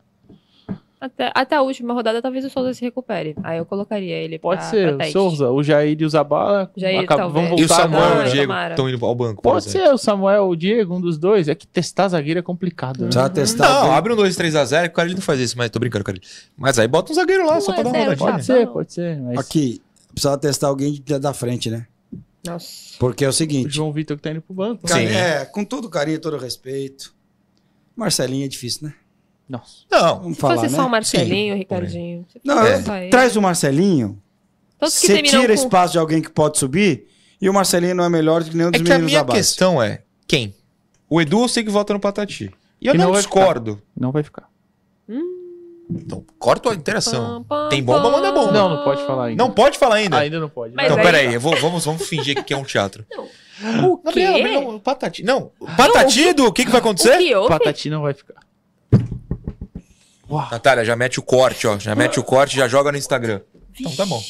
Até, até a última rodada, talvez o Souza se recupere. Aí eu colocaria ele Pode pra, ser Ah, pra o teste. Souza, o Jair e o Zabala. Jair, vão talvez. voltar E o Samuel agora. e o Diego Tomara. estão indo ao banco. por Pode exemplo. ser o Samuel ou o Diego, um dos dois. É que testar zagueiro é complicado, né? Precisa testar. Não, bem. abre um 2-3x0, o cara ele não faz isso, mas tô brincando com ele. Mas aí bota um zagueiro lá, Um só pra a dar uma zero, rodadinha. Pode ser, pode ser. Mas Aqui, precisava testar alguém de- da frente, né? Nossa. Porque é o o seguinte. João Vitor que tá indo pro banco. Sim. cara, É, com todo carinho, todo respeito. Marcelinho é difícil, né? Nossa. Não, Vamos Se falar, fosse né? só o Marcelinho, o Sim, Ricardinho. se Não, fosse É. só ele. Traz o Marcelinho, Todos que você terminam tira com espaço de alguém que pode subir, e o Marcelinho não é melhor do que nenhum É dos que a meninos minha da base. questão é: quem? O Edu eu sei que vota no Patati. E eu E não, é não vai discordo. Não vai ficar. Então, corta a interação. Pam, pam, Tem bomba, pam. manda bomba. Não, não pode falar ainda. Não pode falar ainda. Ainda não pode. Mas é então, aí- peraí, eu vou- vamos, vamos fingir que é um teatro. O Não, quê? peraí, não, Patati. Não, Patati, Edu, o que, que vai O acontecer? que houve? Patati não vai ficar. Natália, já mete o corte, ó. Já mete o corte, já joga no Instagram. Então tá bom.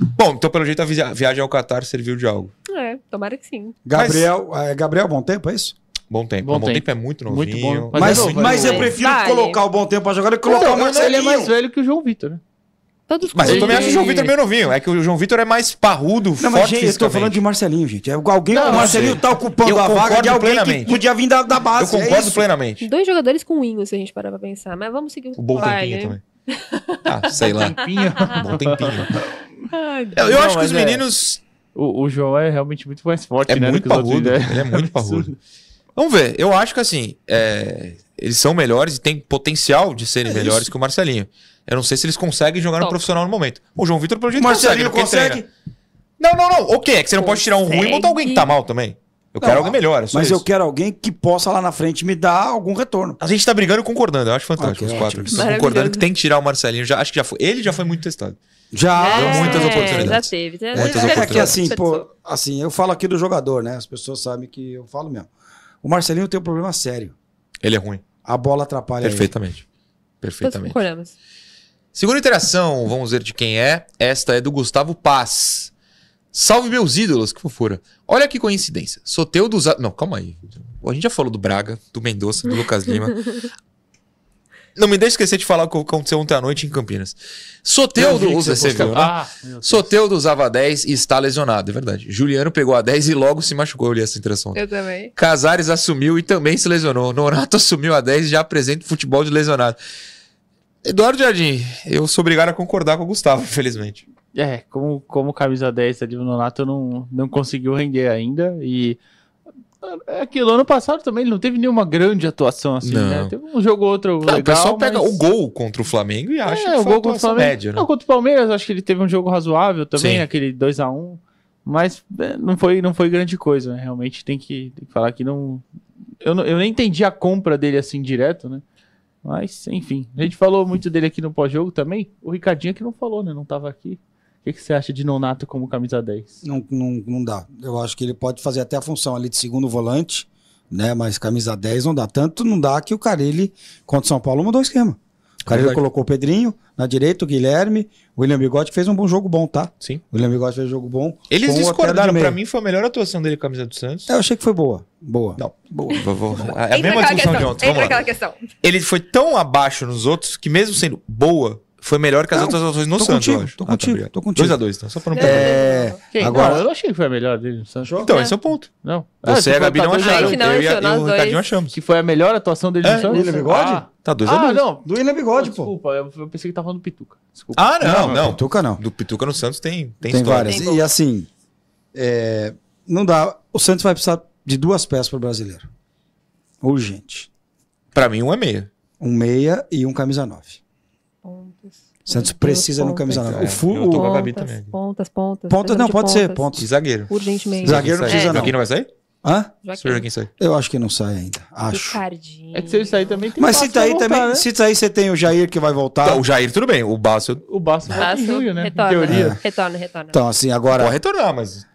Bom, então pelo jeito a visi- viagem ao Catar serviu de algo. É, tomara que sim. Gabriel, é, Gabriel, bom tempo, é isso? Bom tempo. Bom Bom, tempo. tempo. é muito novinho. Muito bom. Mas Mas, é mas, novo, é eu novo. prefiro Vale. colocar o bom tempo pra jogar do que colocar Não, eu o não- Ele Marcelinho. é mais velho que o João Vitor, né? Todos Mas eu com- também acho o João Vitor meio novinho. É que o João Vitor é mais parrudo, Não, mas forte gente, eu tô fisicamente. falando de Marcelinho, gente. É Alguém, Não, o Marcelinho eu tá ocupando Eu a vaga concordo de alguém plenamente. que podia vir da, da Eu base. é concordo isso. plenamente. Dois jogadores com Ingo, se a gente parar pra pensar. Mas vamos seguir O bom baile. tempinho também. Ah, sei lá. Pinha. Bom tempinho. Ai, Eu, eu Não, acho que mas os é- meninos. O, o João é realmente muito mais forte, É, né? do muito que os outros, parrudo. né? Ele é muito parrudo. Vamos ver. Eu acho que assim. é, Eles são melhores e têm potencial de serem melhores que o Marcelinho. Eu não sei se eles conseguem jogar no É Top. profissional no momento. O João Vitor, pelo O jeito, consegue. Marcelinho porque consegue, treina. Não, não, não. Ok, é que você não pode tirar um ruim e botar alguém que tá Consegue. mal também. Eu Não, quero alguém melhor. é só mas isso. eu quero alguém que possa lá na frente me dar algum retorno. A gente tá brigando e concordando. Eu acho fantástico. Ok, os quatro. Estão Maravilhoso. concordando que tem que tirar o Marcelinho. Já, acho que já foi. Ele já foi muito testado. Já, Deu É, muitas oportunidades. Já teve. Já Muitas já é que oportunidades. assim, pô, assim, eu falo aqui do jogador, né? As pessoas sabem que eu falo mesmo. O Marcelinho tem um problema sério. Ele é ruim. A bola atrapalha ele. Perfeitamente. Todos Perfeitamente. concordamos. Segunda interação, vamos ver de quem é. Esta é do Gustavo Paz. Salve meus ídolos, que fofura. Olha que coincidência. Soteudo usa... Não, calma aí. A gente já falou do Braga, do Mendonça, do Lucas Lima. Não me deixe esquecer de falar o que aconteceu ontem à noite em Campinas. Eu vi Soteudo que usa, você você viu, né? Ah, meu Deus. Soteudo usava a 10 e está lesionado, é verdade. Juliano pegou a 10 e logo se machucou. Eu li essa interação. Eu também. Casares assumiu e também se lesionou. Norato assumiu a 10 e já apresenta o futebol de lesionado. Eduardo Jardim, eu sou obrigado a concordar com o Gustavo, infelizmente. É, como, como camisa 10 ali no Nonato não, não conseguiu render ainda. E é aquilo, ano passado também ele não teve nenhuma grande atuação assim, Não. né? Teve um jogo ou outro Não, legal. o pessoal pega mas- o gol contra o Flamengo e acha É, que o foi gol gol contra o atuação Flamengo. média, né? Não, contra o Palmeiras, acho que ele teve um jogo razoável também, Sim. aquele 2x1. Mas é, não foi, não foi grande coisa, né? Realmente tem que, tem que falar que não. Eu, não- eu nem entendi a compra dele assim direto, né? Mas, enfim. A gente falou muito dele aqui no pós-jogo também. O Ricardinho que não falou, né? Não tava aqui. O que, que você acha de Nonato como camisa 10? Não, não, não dá. Eu acho que ele pode fazer até a função ali de segundo volante, né? Mas camisa 10 não dá. Tanto não dá que o Carilli, contra o São Paulo, mudou o esquema. O Carilli Verdade. colocou o Pedrinho na direita, o Guilherme, o William Bigode fez um bom jogo bom, tá? Sim. O William Bigode fez um jogo bom. Eles com o Otero discordaram. no meio. Pra mim foi a melhor atuação dele com a camisa do Santos. Eu achei que foi boa. Boa. Não. Boa. Vou- vou- É a mesma Entra aquela discussão de questão, ontem. Vamos Entra lá. aquela questão. Ele foi tão abaixo nos outros que, mesmo sendo boa, foi melhor que as Não, outras atuações no tô Santos, contigo, eu acho. Ah, tá, tô contigo, obrigado. tô contigo. Dois a dois, então, só pra não perder. É, Quem? agora- Não, eu não achei que foi a melhor dele. Você achou? Então, É. esse é o ponto. Não. Você Ah, e a você Gabi falou não que tá dois a acharam. dois. não Eu e a- achou, eu e o nós Ricardinho dois. achamos. Que foi a melhor atuação dele É, no Santos? William Bigode? Ah, Tá dois a ah dois. não. Do William Bigode, pô. Desculpa, eu, eu pensei que tava falando do Pituca. Desculpa. Ah, não, não. Tuca não. Do Pituca no Santos tem, tem, Tem, história. várias. Tem e assim, é, não dá. O Santos vai precisar de duas peças pro brasileiro. Urgente. Pra mim, um é meia. Um meia e um camisa nove. Pontos. Santos precisa no camisa pontas, nova. O, fu, Eu tô com o a Gabi também. Pontas, pontas. pontas não, precisamos de pode ser, pontos. E zagueiro. Urgentemente. Zagueiro não Sai. precisa, não. Joaquim não vai sair? Hã? Se o Joaquim sair. Eu acho que não sai ainda, acho. Ricardinho. É que se ele sair também tem Mas se passo pra tá aí voltar, também, né? se tá aí você tem o Jair que vai voltar. Tá, o Jair, tudo bem. O Basso O Basso volta em Passo, junho, né? Em Retorna, teoria. retorna, retorna. Então, assim, pode agora retornar, mas.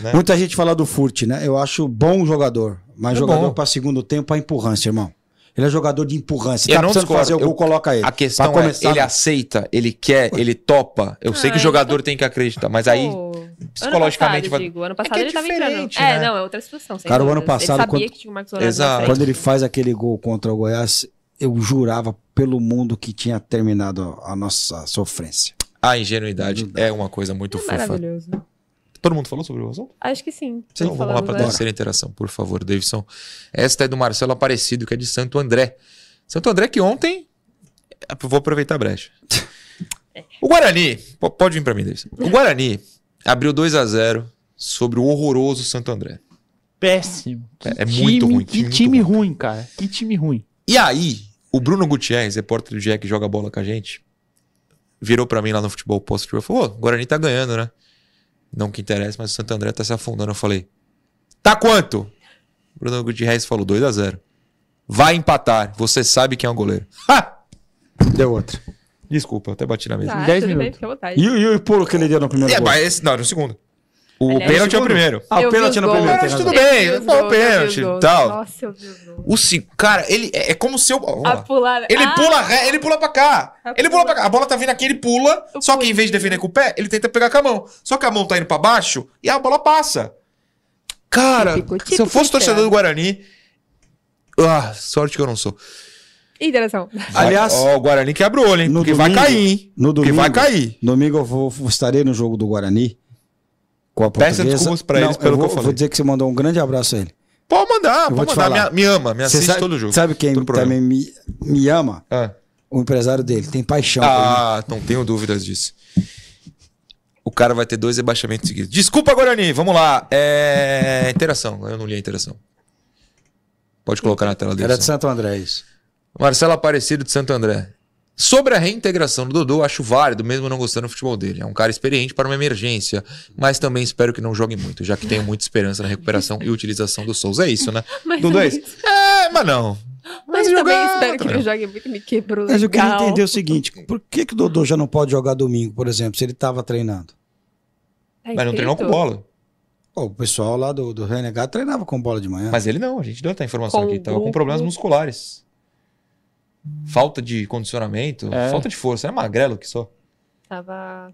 né? muita gente fala do Furt, né? Eu acho bom jogador, mas É jogador bom. pra segundo tempo pra empurrância, irmão. Ele é jogador de empurrância. Eu Tá não precisando discordo. fazer o Eu- gol, coloca ele. A questão Pra é, começar, ele não. aceita, ele quer, ele topa. Eu sei Ah, que o ele jogador topa. tem que acreditar, mas aí Pô, psicologicamente ano passado, vai- digo, ano que passado é ele tava diferente, entrando. É, né? não, é outra situação. sem Cara, o ano dúvidas. passado, Ele sabia quando- que tinha o Marcos Leonardo Exato. na frente. Quando ele faz aquele gol contra o Goiás, eu jurava pelo mundo que tinha terminado a nossa sofrência. a ingenuidade é uma coisa muito É fofa. maravilhoso. Todo mundo falou sobre o assunto? Acho que sim. Então, Não vamos lá falamos, para a né? terceira interação, por favor, Davidson. Esta é do Marcelo Aparecido, que é de Santo André. Santo André que ontem. Vou aproveitar a brecha. O Guarani. po- Pode vir para mim, Davidson. O Guarani abriu 2 a 0 sobre o horroroso Santo André. Péssimo. É, é muito ruim. Que muito time ruim. ruim, cara. Que time ruim. E aí, o Bruno Gutierrez, repórter do GE que joga bola com a gente, virou pra mim lá no futebol post e falou: Ô, o Guarani tá ganhando, né? Não que interessa, mas o Santo André tá se afundando. Eu falei: Tá quanto? Bruno Gutierrez falou: 2 a 0 Vai empatar, você sabe quem é o goleiro. Ha! Deu outra. Desculpa, eu até bati na mesa. Tá, Em dez tudo bem, minutos. fica à vontade. E, o- e o pulo que ele deu no primeiro É, gol? mas esse, não, era o segundo. O Aliás, pênalti é o segundo. primeiro. Ah, Eu o vi pênalti os no gols. primeiro. tem Mas razão. tudo bem, Eu vi os foi o gols, eu vi os pênalti e gols. tal. Nossa, eu vi os gols. O ci- cara, ele é, é como se eu. vamos A lá. pulada. Ele Ah, pula ré, ele pula pra cá. Ah, Ele pula pra cá. A bola tá vindo aqui, ele pula. Eu Só que em pulei. vez de defender com o pé, ele tenta pegar com a mão. Só que a mão tá indo pra baixo e a bola passa. Cara, Típico, se eu típico fosse torcedor Cristiano. do Guarani. Ah, sorte que eu não sou. Interação. Aliás, Ó, o Guarani que abre o olho, hein? no Porque vai domingo- cair, hein? No Porque domingo, vai cair. domingo eu vou, vou- estarei no jogo do Guarani com a Peça portuguesa. desculpas pra Não, eles pelo eu que vou, eu falei. vou dizer que você mandou um grande abraço a ele. Pode mandar, vou pode te mandar. falar. Me, me ama, me Você assiste sabe- todo jogo. Sabe quem Todo programa. também me, me ama? Ah. O empresário dele. Tem paixão por mim. Ah, não tenho dúvidas disso. O cara vai ter dois rebaixamentos seguidos. Desculpa, Guarani, vamos lá. É... Interação, eu não li a interação. Pode colocar na tela dele. Era de Santo André, isso. Marcelo Aparecido de Santo André. Sobre a reintegração do Dodô, acho válido, mesmo não gostando do futebol dele. É um cara experiente para uma emergência, mas também espero que não jogue muito, já que tenho muita esperança na recuperação e utilização do Souza. É isso, né? Mas Do também- dois. É, mas não. Mas, também jogar- espero que ele jogue muito. Me quebrou Mas eu queria legal. entender o seguinte: por que, que o Dodô já não pode jogar domingo, por exemplo, se ele estava treinando? Tá Mas não treinou com escrito? bola. Pô, o pessoal lá do, do Renegado treinava com bola de manhã. Mas ele não, a gente deu essa informação Com aqui. Tava com grupo. problemas musculares. Falta de condicionamento, É. falta de força. É magrelo que só. Tava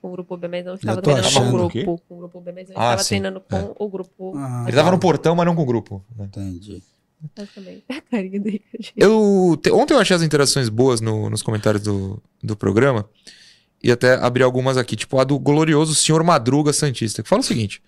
com o grupo B, mas não estava tô treinando achando com o aqui. grupo. Com o grupo B, mas não Ah, estava sim. treinando com É. o grupo. Ah, Ele tava no portão, mas não com o grupo. né? Entendi. Mas também. A carinha do Ricardinho. Eu, te- ontem eu achei as interações boas no- nos comentários do, do programa. E até abri algumas aqui, tipo a do glorioso senhor Madruga Santista, que fala o seguinte: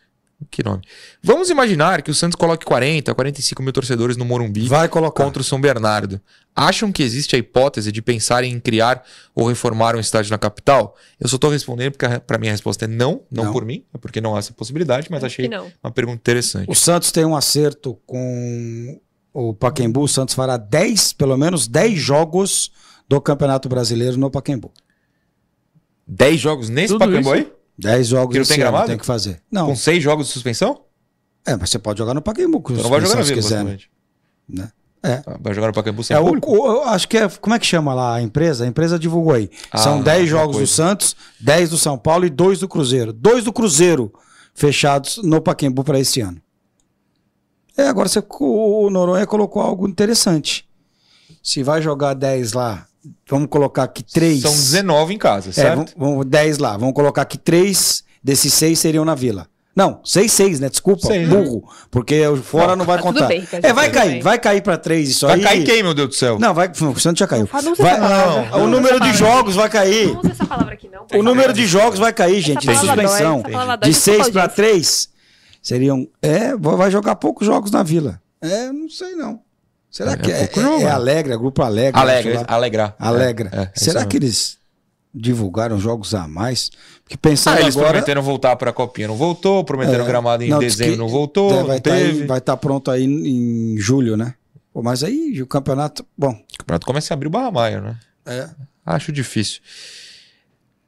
que nome? Vamos imaginar que o Santos coloque 40, 45 mil torcedores no Morumbi. Vai colocar. contra o São Bernardo. Acham que existe a hipótese de pensar em criar ou reformar um estádio na capital? Eu só estou respondendo porque para mim a resposta é não, não, Não. por mim, é porque não há essa possibilidade, mas Acho que achei não. uma pergunta interessante. O Santos tem um acerto com o Paquembu. O Santos fará 10, pelo menos 10 jogos do Campeonato Brasileiro no Paquembu. 10 jogos nesse Tudo Pacaembu isso? aí? 10 jogos Que não esse tem ano, gramado? tem que fazer. Não, Com 6 jogos de suspensão? é, mas você pode jogar no Paquembu, Então se não vai jogar na Santos Vila, quiser. né? basicamente. Né? É. Ah, Vai jogar no Pacaembu sem É, o, público? o- eu acho que é, como é que chama lá a empresa? A empresa divulgou aí. Ah, São 10 uma jogos do coisa. Santos, 10 do São Paulo e 2 do Cruzeiro. 2 do Cruzeiro fechados no Paquembu para esse ano. É, agora você, o o Noronha colocou algo interessante. Se vai jogar 10 lá, vamos colocar aqui 3. São 19 em casa, É, certo? vamos, vamos 10 lá, vamos colocar aqui 3 desses 6 seriam na Vila. Não, 6, 6, né? Desculpa, Seis, né? burro. Porque o fora não vai Tá tudo contar. bem, Ricardo, é, vai tudo cair, bem. vai cair para 3 isso Vai aí. cair quem, meu Deus do céu? Não, vai, o Santos já caiu. Não, tá não usa Vai- essa palavra. o Não número usa de essa palavra. jogos vai cair. Não tá usa essa palavra aqui, não. O número de jogos vai cair, gente, de Essa tá palavra suspensão. dói, essa palavra dói. De Desculpa, 6 para audiência. 3 seriam. É, vai vai jogar poucos jogos na vila. É, não sei não. Será É, que é é, pouco jogo, é né? Alegre, é grupo Alegre? Alegra, sei lá. alegrar. Alegra. É, é, é isso Será mesmo. que eles divulgaram jogos a mais? Porque pensando Ah, eles agora. prometeram voltar pra Copinha, não voltou. Prometeram É. gramado em Não, diz dezembro, que- não voltou. é, não vai estar teve. pronto aí em julho, né? Pô, mas aí o campeonato. Bom, O campeonato começa a abrir o Barra Maio, né? é, Acho difícil.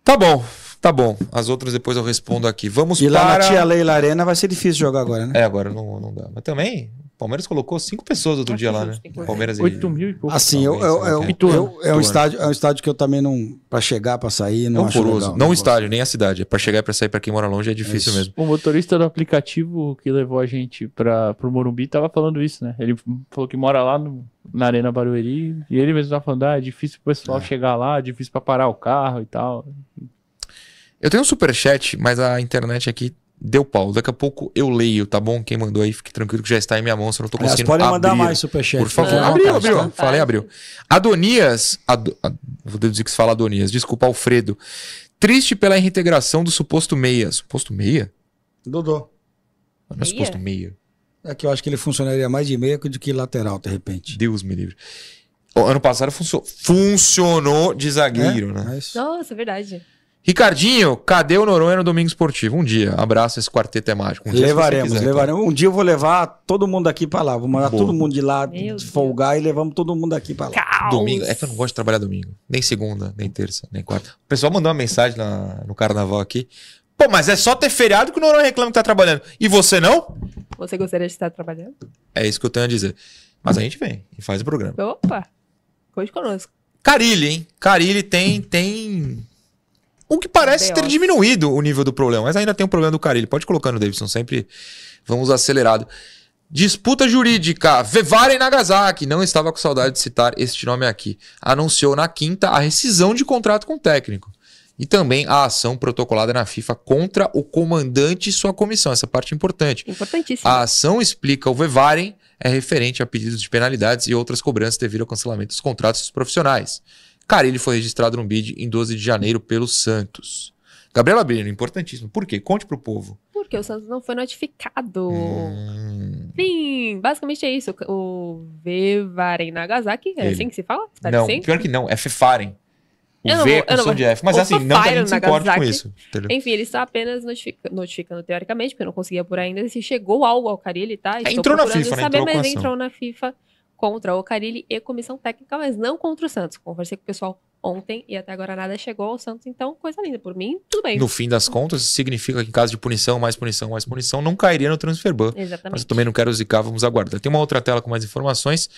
Tá bom, tá bom. As outras depois eu respondo aqui. Vamos E lá para... na Tia Leila Arena vai ser difícil jogar agora, né? É, agora não, não dá. Mas também, o Palmeiras colocou cinco pessoas outro dia lá, né? Palmeiras e... 8 mil e pouco. né, Assim, eu, eu- né? eu- Piturno. eu- é, um Piturno. estádio, é um estádio que eu também não. Pra chegar, pra sair, não Não acho poroso. legal. não o gosto. estádio, nem a cidade. É pra chegar e pra sair pra quem mora longe é difícil isso. mesmo. O motorista do aplicativo que levou a gente para pro Morumbi tava falando isso, né? Ele falou que mora lá no- na Arena Barueri e ele mesmo tava falando, ah, é difícil pro pessoal chegar lá, é difícil para parar o carro e tal. Eu tenho um superchat, mas a internet aqui deu pau. Daqui a pouco eu leio, tá bom? Quem mandou aí, fique tranquilo que já está em minha mão, só não tô Aliás, conseguindo podem mandar abrir. mais superchat. É, Por favor. Não, abriu, tá, abriu. tá. Falei, abriu. Adonias. Ado- a- vou deduzir que se fala Adonias. Desculpa, Alfredo. Triste pela reintegração do suposto meia. Suposto meia? Dodô. Não é suposto meia. É que eu acho que ele funcionaria mais de meia do que lateral, de repente. Deus me livre. O ano passado funcionou. Funcionou de zagueiro, né? É isso. Nossa, é verdade. Ricardinho, cadê o Noronha no Domingo Esportivo? Um dia. Abraço, esse quarteto é mágico. Um dia, se você levaremos, quiser, claro. levaremos. Um dia eu vou levar todo mundo aqui pra lá. Vou mandar Boa. todo mundo de lá Meu Deus. folgar e levamos todo mundo aqui pra lá. Domingo. É que eu não gosto de trabalhar domingo. Nem segunda, nem terça, nem quarta. O pessoal mandou uma mensagem na- no carnaval aqui. Pô, mas é só ter feriado que o Noronha reclama que tá trabalhando. E você não? Você gostaria de estar trabalhando? É isso que eu tenho a dizer. Mas a gente vem e faz o programa. Opa! Conte conosco. Carilli, hein? Carilli tem. tem... O que parece ter Deus. diminuído o nível do problema, mas ainda tem o problema do Carilli. Pode colocar no Davidson, sempre vamos acelerado. Disputa jurídica. Vevaren Nagasaki não estava com saudade de citar este nome aqui. Anunciou na quinta a rescisão de contrato com o técnico. E também a ação protocolada na FIFA contra o comandante e sua comissão. Essa parte é importante. Importantíssimo. A ação explica o Vevaren é referente a pedidos de penalidades e outras cobranças devido ao cancelamento dos contratos dos profissionais. Carilli foi registrado no BID em 12 de janeiro pelo Santos. Gabriela Brino, importantíssimo. Por quê? Conte pro povo. Porque o Santos não foi notificado. Hum, Sim, basicamente é isso. O Vevaren Nagasaki, é Ele. assim que se fala? Espero não, que sim. pior que não, é Fefaren. O Eu não V vou- é eu não construção vou- de F. Mas Ou assim, não que a Fefaren gente se importe com Nagasaki. isso. Né? Entendeu? Enfim, ele está apenas notifica- notificando teoricamente, porque eu não conseguia por ainda se chegou algo ao Carilli, É, tá? Estou entrou na procurando FIFA, né? saber, Entrou com mas ação. entrou na FIFA contra o Carilli e comissão técnica, mas não contra o Santos. Conversei com o pessoal ontem e até agora nada chegou ao Santos, então coisa linda. Por mim, tudo bem. No fim das contas, isso significa que em caso de punição, mais punição, mais punição, não cairia no transfer ban. Mas Exatamente. eu também não quero zicar, vamos aguardar. Tem uma outra tela com mais informações,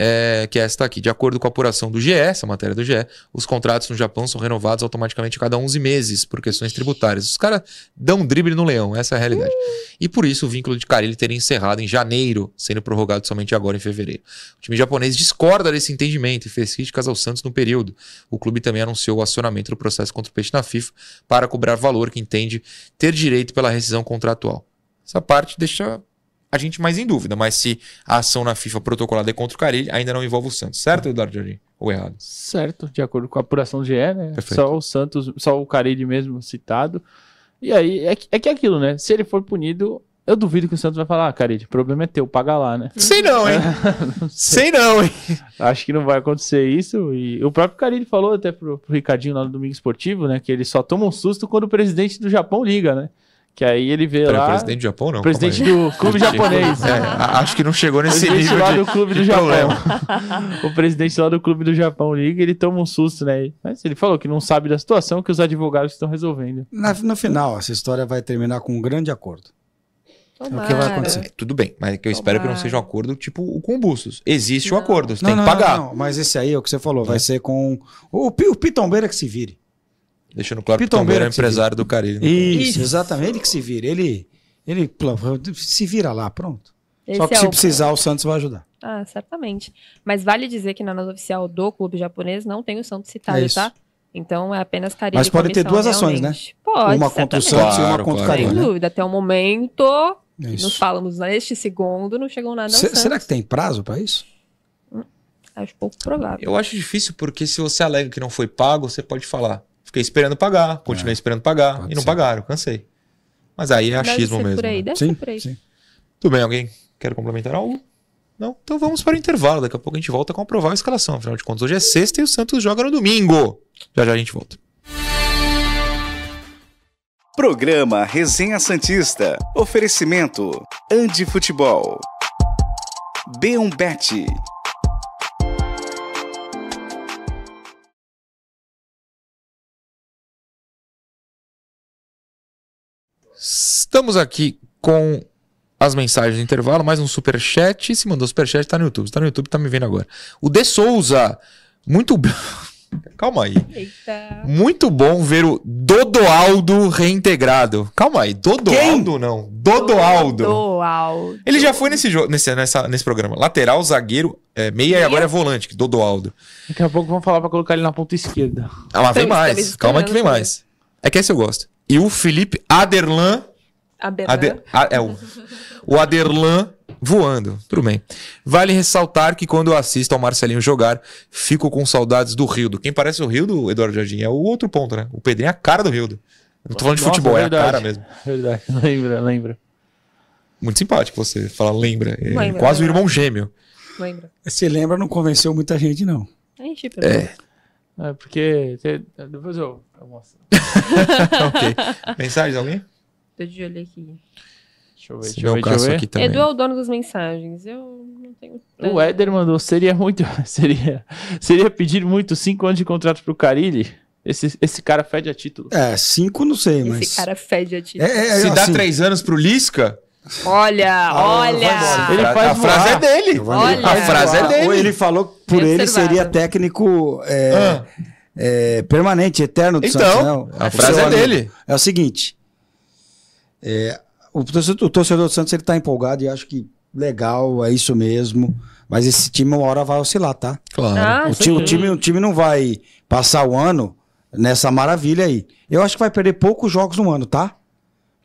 é, que é esta aqui. De acordo com a apuração do GE, essa matéria do GE, os contratos no Japão são renovados automaticamente a cada 11 meses por questões tributárias. Os caras dão um drible no leão, essa é a realidade. E por isso o vínculo de Carilli teria encerrado em janeiro, sendo prorrogado somente agora em fevereiro. O time japonês discorda desse entendimento e fez críticas ao Santos no período. O clube também anunciou o acionamento do processo contra o Peixe na FIFA para cobrar valor que entende ter direito pela rescisão contratual. Essa parte deixa a gente mais em dúvida, mas se a ação na FIFA protocolada é contra o Carilli, ainda não envolve o Santos, certo, Eduardo Jardim? Ou errado? Certo, de acordo com a apuração do GE, né? Perfeito. Só o Santos, só o Carilli mesmo citado. E aí, é que é, que é aquilo, né? Se ele for punido, eu duvido que o Santos vai falar, ah, Carilli, o problema é teu, paga lá, né? Hum. Sei não, hein? Sei não, hein? Acho que não vai acontecer isso. E o próprio Carilli falou até pro, pro Ricardinho lá no Domingo Esportivo, né? Que ele só toma um susto quando o presidente do Japão liga, né? Que aí ele vê Peraí, lá. presidente do Japão não? presidente calma do clube aí. japonês. É, a- acho que não chegou O nesse presidente nível lá de... do clube do de Japão. o presidente lá do clube do Japão liga e ele toma um susto, né? Mas ele falou que não sabe da situação que os advogados estão resolvendo. Na- no final, essa história vai terminar com um grande acordo. Tomara. o que vai acontecer. É, tudo bem, mas é que eu espero que não Tomara. seja um acordo tipo o com o Bustos. Existe o Não. acordo, você tem que pagar. não, mas esse aí é o que você falou, vai ser com o, Pi- o Pitombeira que se vire. Deixando claro que o Tombeira Pitombeira é o que se empresário do Carilli. né? Isso, exatamente, ele que se vire. Ele, ele pl- se vira lá, pronto. Só Esse que é se o- precisar, o Santos vai ajudar. Ah, certamente. Mas vale dizer que na nota oficial do clube japonês não tem o Santos É citado, isso. tá? Então é apenas Carilli. Mas e pode ter comissão, duas ações, né? realmente. Pode. uma contra o certamente. Santos e Claro, uma contra claro. o Sem Carinho, né? dúvida. Até o momento, É nos isso. falamos neste segundo, não chegou nada. ao Se- Santos. será que tem prazo pra isso? Acho pouco provável. Eu acho difícil porque se você alega que não foi pago, você pode falar. Fiquei esperando pagar, continuei esperando pagar Pode e não ser. pagaram, cansei. Mas aí é Deve achismo ser mesmo. Por aí, né? deve ser por aí. sim. Tudo bem, alguém quer complementar algo? Não? Então vamos para o intervalo. Daqui a pouco a gente volta com a provável escalação. Afinal de contas, hoje é sexta e o Santos joga no domingo. Já já a gente volta. Programa Resenha Santista. Oferecimento Andi Futebol. B1 Bet. Estamos aqui com as mensagens do intervalo, mais um superchat. Se mandou superchat, tá no YouTube. Se tá no YouTube, tá me vendo agora. O De Souza, muito. b- Calma aí. Eita. Muito bom ver o Dodoaldo reintegrado. Calma aí, Dodoaldo não. Dodoaldo. Doaldo. Ele já foi nesse jogo, nesse, nessa- nesse programa. Lateral, zagueiro, é, meia e agora é volante, que Dodoaldo. Daqui a pouco vão falar pra colocar ele na ponta esquerda. Ah, mas vem Estamos- mais. estamos Calma que vem esperando. mais. É que esse eu gosto. E o Felipe Aderlan. A Beran. Ade- a- é o, o Aderlan voando. Tudo bem. Vale ressaltar que quando eu assisto ao Marcelinho jogar, fico com saudades do Rildo. Quem parece o Rildo, Eduardo Jardim, é o outro ponto, né? O Pedrinho é a cara do Rildo. Não tô falando de Nossa, futebol, é, a verdade. cara mesmo. Verdade. Lembra, lembra. Muito simpático você falar, lembra. É Lembra, quase lembra. o irmão gêmeo. Lembra? Se lembra, não convenceu muita gente, não. Enche, pelo É. É porque. você- Depois eu, eu mostro. ok. Mensagem de alguém? Tô de olho aqui. Deixa eu ver, Se deixa eu ver, não, deixa caso eu aqui ver. também. é, Edu é o dono das mensagens. Eu não tenho. tanto. O Éder mandou, seria muito. Seria, seria pedir muito cinco anos de contrato pro Carilli. Esse, esse cara fede a título. É, cinco não sei, mas. Esse cara fede a ti. É, é, é, Se dá assim, três anos pro Lisca, Ah, Olha, olha! Ele a, faz a frase é voar. dele. Olha. A frase é Ou dele. ele falou que né? por Bem ele observado. seria técnico é, Ah, é, permanente, eterno do Santos. então, né? a O frase seu é amigo. dele. É o seguinte. é, o, torcedor, o torcedor do Santos ele tá empolgado e acho que legal, é isso mesmo. Mas esse time uma hora vai oscilar, tá? Claro. Ah, o, sim. ti- o time, o time não vai passar o ano nessa maravilha aí. Eu acho que vai perder poucos jogos no ano, tá?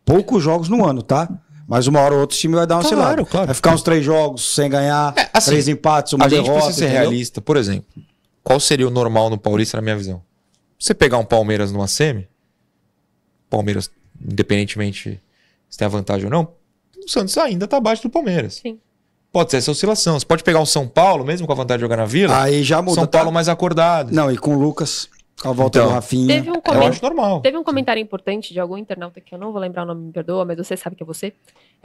Poucos jogos no ano, tá? Mas uma hora ou outra o time vai dar uma Claro, oscilada. claro. Vai ficar uns três jogos sem ganhar, É, assim, três empates, uma a gente derrota. precisa ser entendeu? realista. Por exemplo, qual seria o normal no Paulista, na minha visão? Você pegar um Palmeiras numa semi, Palmeiras, independentemente se tem a vantagem ou não, o Santos ainda tá abaixo do Palmeiras. Sim. Pode ser essa oscilação. Você pode pegar um São Paulo, mesmo com a vantagem de jogar na Vila, Aí já muda. São tá? Paulo mais acordado. Não, e com o Lucas, com a volta Então. do Rafinha. Teve um Eu comentário. acho normal. Teve um comentário importante de algum internauta que eu não vou lembrar o nome, me perdoa, mas você sabe que é você.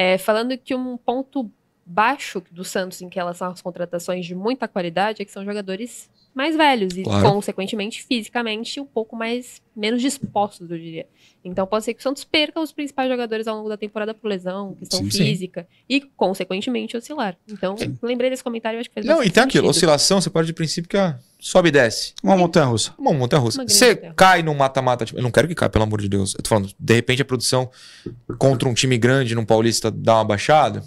é, falando que um ponto baixo do Santos em relação às contratações de muita qualidade é que são jogadores mais velhos e, Claro. consequentemente, fisicamente, um pouco mais menos dispostos, eu diria. Então pode ser que o Santos perca os principais jogadores ao longo da temporada por lesão, questão Sim, sim. física e, consequentemente, oscilar. Então, lembrei desse comentário e acho que fez Não, bastante e tem aquilo. sentido. Oscilação, você parte de princípio que ah, sobe e desce. É Uma montanha russa. Uma montanha russa. Uma grande Você montanha-russa. cai num mata-mata. tipo, eu não quero que caia, pelo amor de Deus. Eu tô falando, de repente a produção contra um time grande num Paulista dá uma baixada.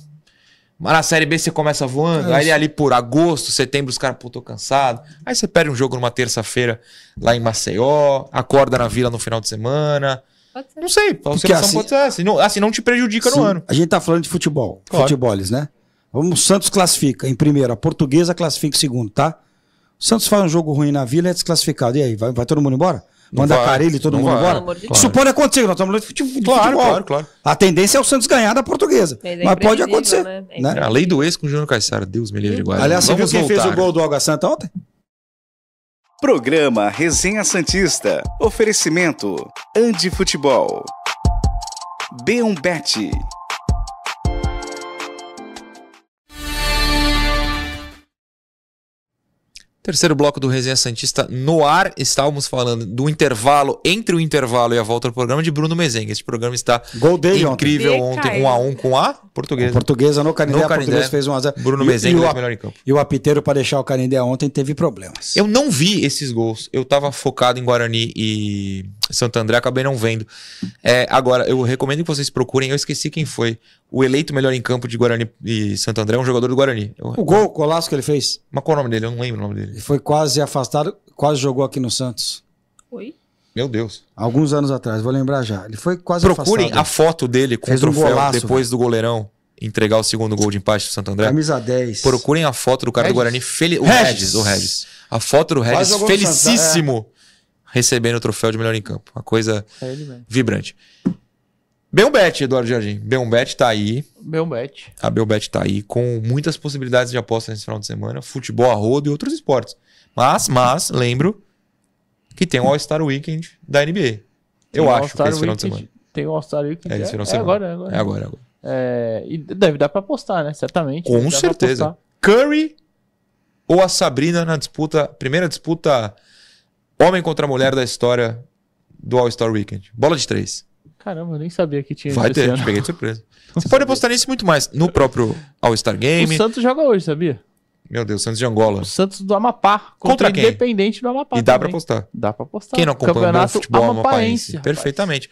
Mas na Série B você começa voando. É aí isso. ali por agosto, setembro, os caras, pô, tô cansado. Aí você perde um jogo numa terça-feira lá em Maceió, acorda na vila no final de semana. Pode ser. Não sei, a oscilação assim- pode ser assim. Não, assim não te prejudica Sim, no ano. A gente tá falando de futebol. Claro. Futeboles, né? Vamos, o Santos classifica em primeiro, a portuguesa classifica em segundo, tá? O Santos faz um jogo ruim na vila é desclassificado. E aí, vai, vai todo mundo embora? Não Manda vai, Carilli, todo não mundo vai. embora? Pelo amor de Isso pode acontecer, nós estamos falando de fute- de futebol. Claro, claro, claro. A tendência é o Santos ganhar da portuguesa. Mas Mas, é pode imprevisível, acontecer. né? É né? A lei do ex com o Júnior Caissara. Deus me livre de guarda. Aliás, você viu Vamos quem fez o voltar. gol do Água Santa ontem? Programa Resenha Santista. Oferecimento Andi Futebol. B1 Bet. Terceiro bloco do Resenha Santista no ar. Estávamos falando do intervalo, entre o intervalo e a volta do programa, de Bruno Mezenga. Este programa está Gol dele ontem. incrível Decaiu. ontem, um a um com a portuguesa. Portuguesa no Canindé, No a portuguesa Canindé. fez 1 a 0 Bruno E- Mezenga, e, o, o a- melhor em campo. e o apiteiro para deixar o Canindé ontem teve problemas. Eu não vi esses gols. Eu estava focado em Guarani e Santo André, acabei não vendo. É, agora, eu recomendo que vocês procurem. Eu esqueci quem foi. O eleito melhor em campo de Guarani e Santo André é um jogador do Guarani. Eu- O gol, o golaço que ele fez, mas qual é o nome dele? Eu não lembro o nome dele. ele foi quase afastado, quase jogou aqui no Santos. Oi? Meu Deus. Alguns anos atrás, vou lembrar já. Ele foi quase Procurem a afastado. foto dele com o Fez um troféu golaço, depois do goleirão entregar o segundo gol de empate do Santo André. Camisa 10. Procurem a foto do cara do Regis? Guarani. Feli... O Regis. o Regis. A foto do Quase Regis jogou no É. felicíssimo recebendo o troféu de melhor em campo. Uma coisa É ele mesmo. vibrante. Belbet, Eduardo Jardim. Belbet tá aí. Meu match. A Belbet tá aí com muitas possibilidades de aposta nesse final de semana. Futebol a rodo e outros esportes. Mas, mas, lembro que tem o All-Star Weekend da NBA. Eu acho que é esse final de semana. Tem o All-Star Weekend. É esse final de é semana. agora, é agora. É agora, agora. É, e deve dar pra apostar, né? Certamente. Com Deve dar pra certeza. apostar. Curry ou a Sabrina na disputa, primeira disputa homem contra mulher da história do All-Star Weekend? Bola de três. Caramba, eu nem sabia que tinha Vai isso esse ter, ano. te peguei de surpresa. Não Você pode sabia. apostar nisso e muito mais no próprio All-Star Game. O Santos joga hoje, sabia? Meu Deus, Santos de Angola. O Santos do Amapá. Contra o quem? Independente do Amapá. E dá pra também. apostar. Dá pra apostar. Quem não acompanha o bom Tá. Campeonato futebol é amapaense. amapaense? rapaz. Perfeitamente.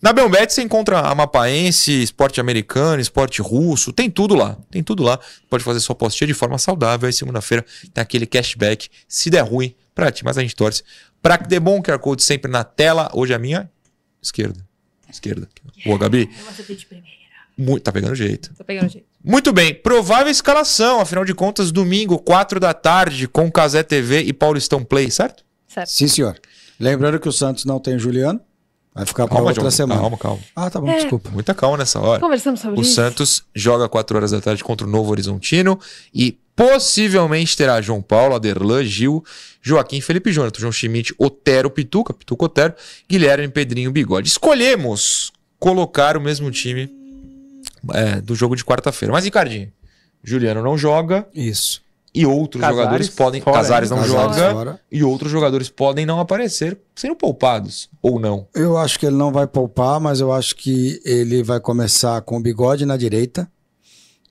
Na Belbet você encontra amapaense, esporte americano, esporte russo, tem tudo lá. Tem tudo lá. Pode fazer sua postinha de forma saudável. Aí segunda-feira tem aquele cashback. Se der ruim, pra ti, mas a gente torce. Pra que dê bom, QR Code sempre na tela. Hoje a minha esquerda. Esquerda. Boa, Gabi. Eu acertei de primeira. Muito, tá pegando jeito. Tô pegando jeito. Muito bem, provável escalação, afinal de contas, domingo, 4 da tarde, com Casé TV e Paulistão Play, certo? Certo. Sim, senhor. Lembrando que o Santos não tem o Juliano. Vai ficar para outra Diogo, semana. calma, calma. Ah, tá bom, É. desculpa. Muita calma nessa hora. Conversamos sobre O isso. Santos joga 4 horas da tarde contra o Novo Horizontino e possivelmente terá João Paulo, Aderlan, Gil, Joaquim, Felipe Jonathan, João Schmidt, Otero, Pituca, Pituca, Otero, Guilherme, Pedrinho, Bigode. Escolhemos colocar o mesmo time é, do jogo de quarta-feira. Mas, Ricardinho, Juliano não joga Isso. e outros Casares jogadores podem... fora, Casares não Casares joga fora. e outros jogadores podem não aparecer, sendo poupados ou não. Eu acho que ele não vai poupar, mas eu acho que ele vai começar com o bigode na direita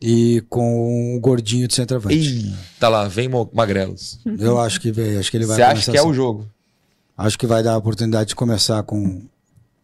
e com o gordinho de centroavante. Eita tá lá, vem mo- magrelos. Eu acho que vem, acho que ele vai Você acha começar que é assim. o jogo? Acho que vai dar a oportunidade de começar com,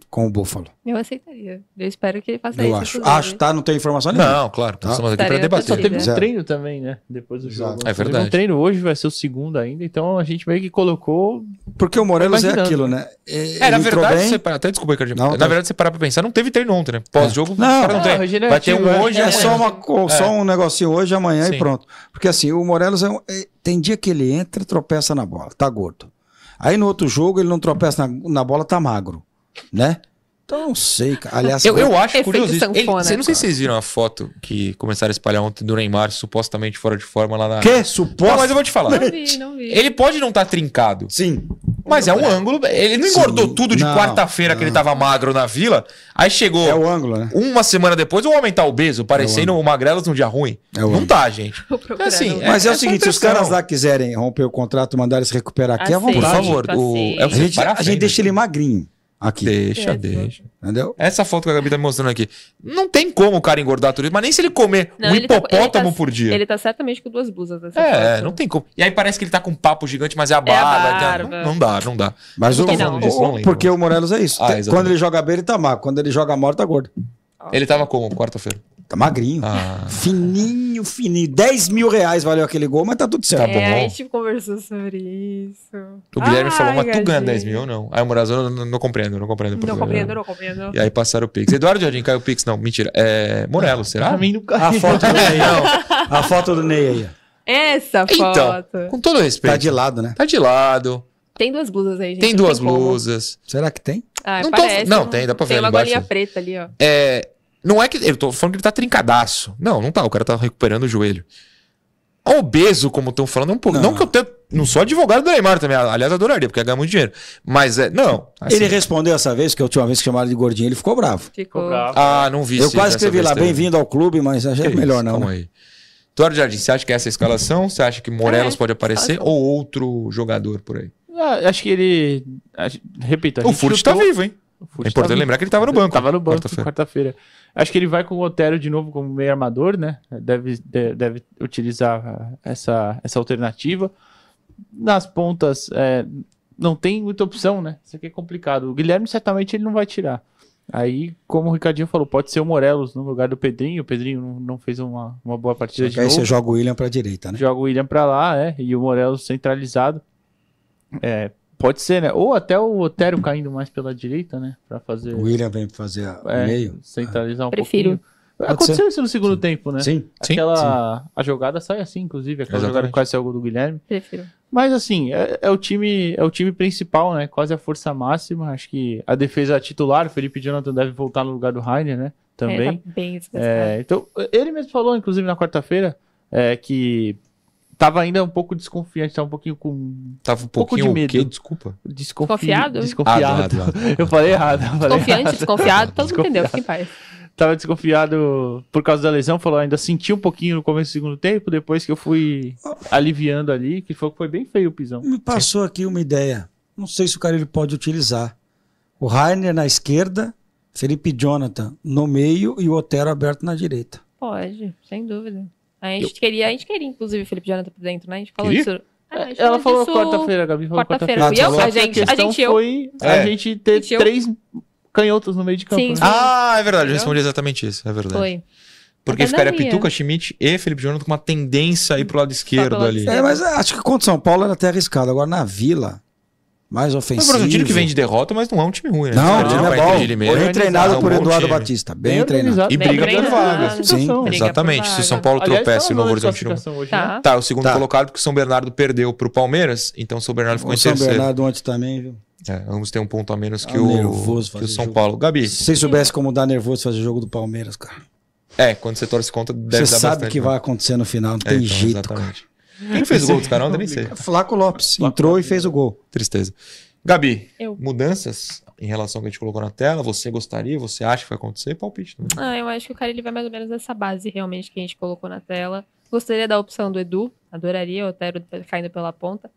com o Búfalo. Eu aceitaria. Eu espero que ele faça eu isso. é acho. inclusive. Acho, tá? Não tem informação nenhuma. Não, claro, Tá. estamos aqui para Estaria Só debater. possível. teve um Zero. treino também, né? Depois do jogo. Exato. É Teve verdade. Um treino hoje vai ser o segundo ainda, então a gente meio que colocou. Porque o Tá Morelos é Imaginando. aquilo, né? É, É, na ele entrou verdade, bem, você para, até desculpa, Ricardinho. Não, na tá. verdade, você parar pra pensar, não teve treino ontem, né? Pós-jogo, Não. os caras Ah, não, tem. regenerativo, Vai ter um é. hoje, É amanhã. É só, uma, co- só um negocinho hoje, amanhã Sim. e pronto. Porque assim, o Morelos é um- é- tem dia que ele entra, tropeça na bola, tá gordo. Aí no outro jogo ele não tropeça na, na bola, tá magro, né? Então não sei, cara. Aliás, Eu, eu acho Efeito curioso isso. Ele, sanfona. você- não sei se vocês viram a foto que começaram a espalhar ontem do Neymar, supostamente fora de forma lá na. que Não, suposto. mas eu vou te falar. Não vi, não vi. Ele pode não estar trincado, Sim. mas é um ângulo. Ele não Sim. engordou tudo de Não, quarta-feira que ele não. tava magro na vila. Aí chegou É o ângulo, né? uma semana depois, o homem tá obeso, parecendo o Magrelos num dia ruim. É não o ângulo. tá, gente. Vou procurar, assim, não. é- Mas é, o só seguinte, se os impressão. caras lá quiserem romper o contrato, mandarem se recuperar aqui, é à Aceito, Por vontade. favor, o- é o- A gente, Para a a gente frente. deixa ele magrinho aqui, Deixa, É, deixa. entendeu? Essa foto que a Gabi tá me mostrando aqui. Não tem como o cara engordar tudo isso, mas nem se ele comer Não, um ele tá- hipopótamo ele tá- por dia. Ele tá certamente com duas blusas nessa É, foto. não tem como. E aí parece que ele tá com um papo gigante, mas é a barba. barba. então, Não, não dá, não dá. Mas Por o, que não? o- Disso, não lembro. porque o Morelos é isso. Ah, Tem- exatamente. quando ele joga bem, ele tá magro. Quando ele joga mole, tá gordo. Ele tava como quarta-feira? Tá magrinho. Ah, Fininho, fininho. 10 mil reais valeu aquele gol, mas tá tudo certo. Tá bom. É, a gente conversou sobre isso. o Guilherme Ai, falou, mas tu ganha Gadinho. 10 mil ou não? Aí o Morazano, não, não compreendo, não compreendo. Não professor. compreendo, não compreendo. E aí passaram o Pix. Eduardo Jardim caiu o Pix, não, mentira. É, Ah, Morelo, será? Pra mim nunca. A foto do Ney. A foto do Ney aí. ó. Essa Então, foto. com todo respeito. Tá de lado, né? Tá de lado, Tem duas blusas aí, gente. tem não duas como. blusas. Será que tem? Ah, Não tô- parece. não, tem, dá pra ver Tem ali uma embaixo. bolinha preta ali, ó. É, não é que. Eu tô falando que ele tá trincadaço. Não, não tá. O cara tá recuperando o joelho. Obeso, como estão falando, é um pouco. Não. Não. que eu tenha. Não sou advogado do Neymar também. Aliás, adoraria, porque ia ganhar muito dinheiro. Mas é. Não. assim- Ele respondeu essa vez, que a última vez que chamaram de gordinho, ele ficou bravo. Ficou. Ah, não vi Eu esse- quase essa escrevi lá, besteira. bem-vindo ao clube, mas achei Que melhor isso, não. Calma né? aí. Eduardo Jardim, você acha que essa é a escalação? Você acha que Morelos É, pode aparecer escalação. ou outro jogador por aí? Ah, acho que ele. a gente- repito, a O gente Furt tá chutou- vivo, hein? O Furt É importante tá vivo. lembrar que ele tava no banco. Tava no banco quarta-feira. quarta-feira. Acho que ele vai com o Otero de novo como meio armador, né? Deve, de- deve utilizar ah, essa, essa alternativa. Nas pontas, é, não tem muita opção, né? Isso aqui é complicado. O Guilherme certamente ele não vai tirar. Aí, como o Ricardinho falou, pode ser o Morelos no lugar do Pedrinho. O Pedrinho não, não fez uma, uma boa partida Só de que aí novo. você joga o William pra direita, né? Joga o William pra lá, é, e o Morelos centralizado. É, pode ser, né? Ou até o Otero caindo mais pela direita, né? Pra fazer. O William vem fazer a- o É, meio. Centralizar um Prefiro. pouquinho. Aconteceu isso no segundo tempo, né? Sim. Sim, Aquela, A jogada sai assim, inclusive. Aquela Exatamente. jogada que quase saiu o gol do Guilherme. Prefiro. tá Mas assim, é, é o time, é o time principal, né? Quase a força máxima. Acho que a defesa titular, o Felipe Jonathan deve voltar no lugar do Rainer, né? Também. É, tá bem desgastado. É, então, ele mesmo falou, inclusive, na quarta-feira, é, que tava ainda um pouco desconfiante, tava um pouquinho com. Tava um pouco de pouquinho o medo. quê? Desculpa. Desconfi... Desconfiado? Ah, Desconfiado. do lado, do lado. Eu falei errado. eu falei Confiante, errado. desconfiado, todo mundo entendeu, fica em paz. Tava desconfiado por causa da lesão, falou, ainda senti um pouquinho no começo do segundo tempo, depois que eu fui aliviando ali, que foi, foi bem feio o pisão. Me passou aqui uma ideia. Não sei se o cara ele pode utilizar. O Rainer na esquerda, Felipe Jonathan no meio e o Otero aberto na direita. Pode, sem dúvida. A gente queria, a gente queria, inclusive, o Felipe Jonathan pra dentro, né? A gente falou Queria? isso. É, a gente Ela falou disso- quarta-feira, a Gabi falou Quarta-feira. quarta-feira. eu, Só a gente, a gente e eu. foi É. a gente ter Gente, eu. três canhotos no meio de campo. Sim, né? sim. Ah, é verdade, eu Entendeu? respondi exatamente isso, é verdade. Foi. Porque Mas ficaria não ia. Pituca, Schmidt e Felipe Jonathan com uma tendência aí pro lado esquerdo lado ali. esquerdo. É, mas acho que contra o São Paulo era até arriscado. Agora na Vila, mais Mas, ofensivo. por exemplo, um time que vem de derrota, mas não é um time ruim, né? Não, Não, o time vai é entrar bom. de Limeira, Bem organizado, treinado por um bom Eduardo time. Batista. Bem, treinado. organizado. E Bem briga pela treinado. vaga. Sim. Situação. Briga Exatamente, por se o São vaga. Paulo Aliás, tropeça e o tá Novo rolando Horizonte não... classificação hoje, né? Tá. Tá, o segundo Tá. colocado, porque o São Bernardo perdeu pro Palmeiras, então o São Bernardo ficou O em São terceiro. Bernardo ontem também, viu? É, ambos têm um ponto a menos que, Ah, o, nervoso que o fazer São jogo. Paulo. Gabi, Se vocês soubessem como dar nervoso fazer jogo do Palmeiras, cara. é, quando você torce contra, deve Você dar sabe bastante, que né? vai acontecer no final, não É, tem então, jeito, cara. é exatamente. Quem fez o gol dos caras? Nem sei. Flaco Lopes entrou e fez o gol. Tristeza. Gabi, Eu. mudanças em relação ao que a gente colocou na tela? Você gostaria? Você acha que vai acontecer? Palpite também. Ah, eu acho que o cara ele vai mais ou menos nessa base realmente que a gente colocou na tela. Gostaria da opção do Edu, adoraria, o Otero caindo pela ponta.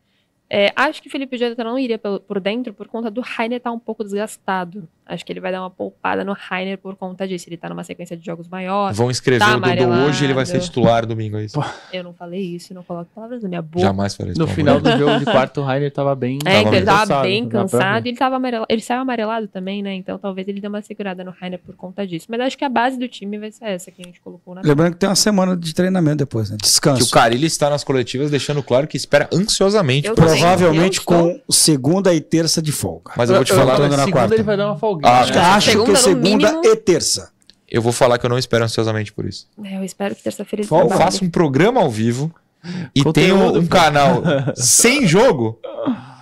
É, acho que o Felipe Jonathan não iria pelo- por dentro por conta do Rainer estar um pouco desgastado. Acho que ele vai dar uma poupada no Rainer por conta disso. Ele tá numa sequência de jogos maior. Vão escrever Tá o Dodô amarelado. hoje ele vai ser titular domingo, é isso? Eu não falei isso, não coloco palavras na minha boca. Jamais farei isso. No pelo final amor de do jogo de quarto, o Rainer tava bem. É, então ele meio tava cansado, bem dá pra cansado ver. e ele tava amarelado. Ele saiu amarelado também, né? Então talvez ele dê uma segurada no Rainer por conta disso. Mas acho que a base do time vai ser essa que a gente colocou né? na Lembrando que tem uma semana de treinamento depois, né? Deus. Descanso. Que o Carilli está nas coletivas deixando claro que espera ansiosamente. Eu por- também. Provavelmente Eu estou- com segunda e terça de folga. Mas eu vou te falar, tô- na na segunda quarta. ele vai dar uma folguinha. né? Ah, acho que, é. acho que Segunda, é no segunda mínimo. e terça. eu vou falar que eu não espero ansiosamente por isso. É, Eu espero que terça-feira eles Folga. Eu trabalhem. faço um programa ao vivo e Conteúdo, tenho um pô. canal sem jogo.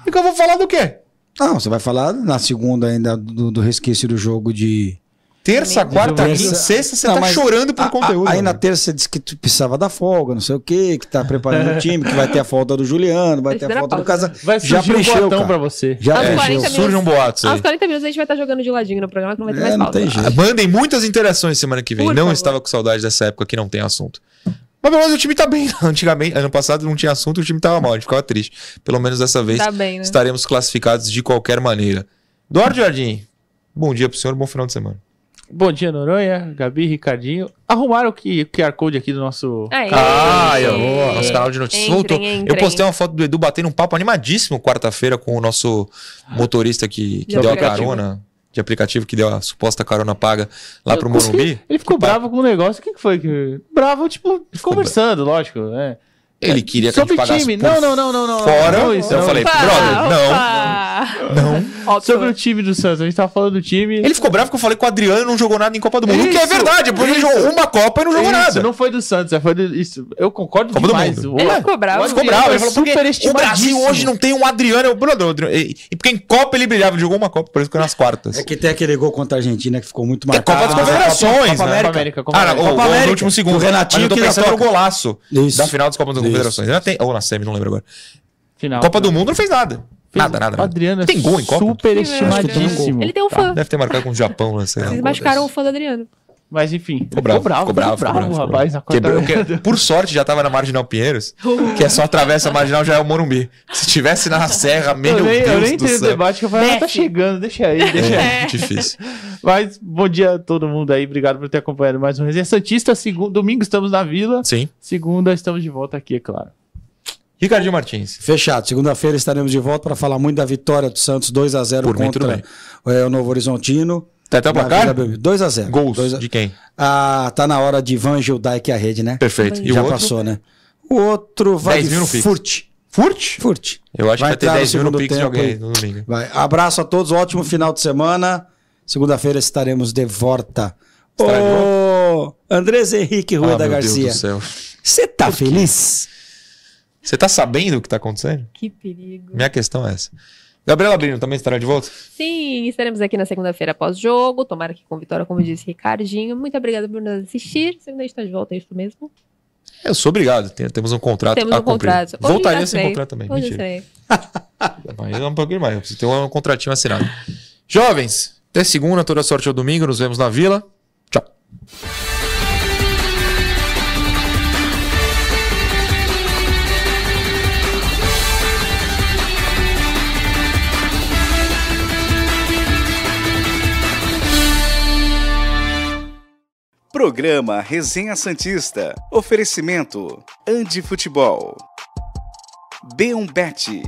E que eu vou falar do quê? Não, você vai falar na segunda ainda do, do resquício do jogo de. Terça, quarta, Terça- quinta, sexta, você Não, tá mas chorando por A- a- conteúdo. ah, aí na né? terça você disse que tu precisava da folga, não sei o quê, que tá preparando o time, que vai ter a falta do Juliano, vai ter a Terceira falta do pausa. Casa. Vai Já surgir um preencheu, botão cara. pra você. Já Aos É, 40 preencheu. minutos. surge um boato. aí. Aos 40 minutos a gente vai estar jogando de ladinho no programa, que não vai ter É, mais não pausa. tem jeito. Ah, Mandem muitas interações semana que vem. Por não favor. estava com saudade dessa época que não tem assunto. Mas pelo menos o time tá bem. Antigamente, ano passado não tinha assunto, o time tava mal, a gente ficava triste. Pelo menos dessa vez Tá bem, né? estaremos classificados de qualquer maneira. Eduardo Jardim, bom dia pro senhor, bom final de semana. Bom dia, Noronha, Gabi, Ricardinho. Arrumaram o que- o QR Code aqui do nosso. Aê. Ah, eu vou. Nosso canal de notícias É, voltou. Entrem, Eu entrem. postei uma foto do Edu batendo um papo animadíssimo quarta-feira com o nosso motorista que, que De deu a aplicativo. carona, de aplicativo que deu a suposta carona paga lá pro Eu consegui- Morumbi. Tá. Ele ficou Que papo. bravo com o negócio. O que que foi? que- Bravo, tipo, conversando, lógico. né? Ele queria que Sobre a gente pagasse time. por Não, não, não, não, não. fora. Não, isso eu não. falei, Opa, brother, não. opa. Não. Óbvio. Sobre o time do Santos, a gente tava falando do time. Ele ficou bravo que eu falei que o Adriano não jogou nada em Copa do Mundo. o que é Isso, verdade, porque ele isso. jogou uma Copa e não jogou Isso, nada. Não foi do Santos, é, foi do, isso. Eu concordo Copa do demais. Mundo. O- Ele ficou bravo. o Ficou Adriano bravo, ele é falou porque o Brasil superestimadíssimo. hoje não tem um Adriano. Eu, brother, o Adriano- e- e- porque em Copa ele brilhava, ele jogou uma Copa, por isso que nas quartas. É que tem aquele gol contra a Argentina que ficou muito é marcado. Copa das mas é Confederações, Copa né? América. Copa Ah, não, América. o Copa gol no América, último segundo. do Mas Renatinho eu tô que pensando dá no toca. golaço Isso. da final das Copas das Isso. Confederações. Ainda tem- Ou na semi, não lembro agora. Final, Copa do né? Mundo não fez nada. Fez- Nada, nada. O nada. Adriano é Tem gol em Copa? Acho que tem um superestimadíssimo. gol. Ele tem um fã. Deve ter marcado com o Japão, né? sei lá. Vocês machucaram o fã do Adriano. Mas enfim, ele Ficou bravo, ficou bravo, ficou bravo, ficou rapaz. na quarta- Quebrou, que- por sorte, já tava na Marginal Pinheiros, que é só atravessa a Marginal já é o Morumbi. Se tivesse na Serra, meu Eu nem, Deus eu nem do entrei no céu. debate, que eu falei, ah, tá Desce. chegando, deixa aí, deixa aí. É, difícil. Mas bom dia a todo mundo aí, obrigado por ter acompanhado mais um Resenha Santista. Segunda, domingo estamos na Vila, Sim. segunda estamos de volta aqui, é claro. Ricardinho Martins. Fechado. Segunda-feira estaremos de volta para falar muito da vitória do Santos 2 a 0 Por mim, contra tudo é, o Novo Horizontino. Tá até o Na Vila placar? Belmiro. 2 a 0. Gols. 2 a- De quem? Ah, tá na hora de Van Gildai que a rede, né? Perfeito. E Já o outro? passou, né? O outro vai 10 mil no de Pix. Furt. Furt? Furt. Eu acho que vai Vai ter entrar no 10 mil no segundo Pix de tempo alguém aí. no domingo. Vai. Abraço a todos, ótimo final de semana. Segunda-feira estaremos de volta. Estará de Ô, Andrés Henrique Ah, Rueda meu Garcia, Deus do céu. você tá feliz? Você tá sabendo o que tá acontecendo? Que perigo. Minha questão é essa. Gabriela Brino também estará de volta? Sim, estaremos aqui na segunda-feira após jogo. Tomara que com vitória, como disse Ricardinho. Muito obrigada por nos assistir. Segunda a gente tá de volta, é isso mesmo. Eu sou obrigado. tem- Temos um contrato Temos a um cumprir. contrato. Hoje Voltaria já sem sei. contrato também. Hoje Mentira. eu sei. Mas é um pouquinho mais, eu preciso ter um contratinho assinado. Jovens, até segunda, toda sorte ao domingo, nos vemos na vila. Tchau. Programa Resenha Santista. Oferecimento Andi Futebol. B1Bet.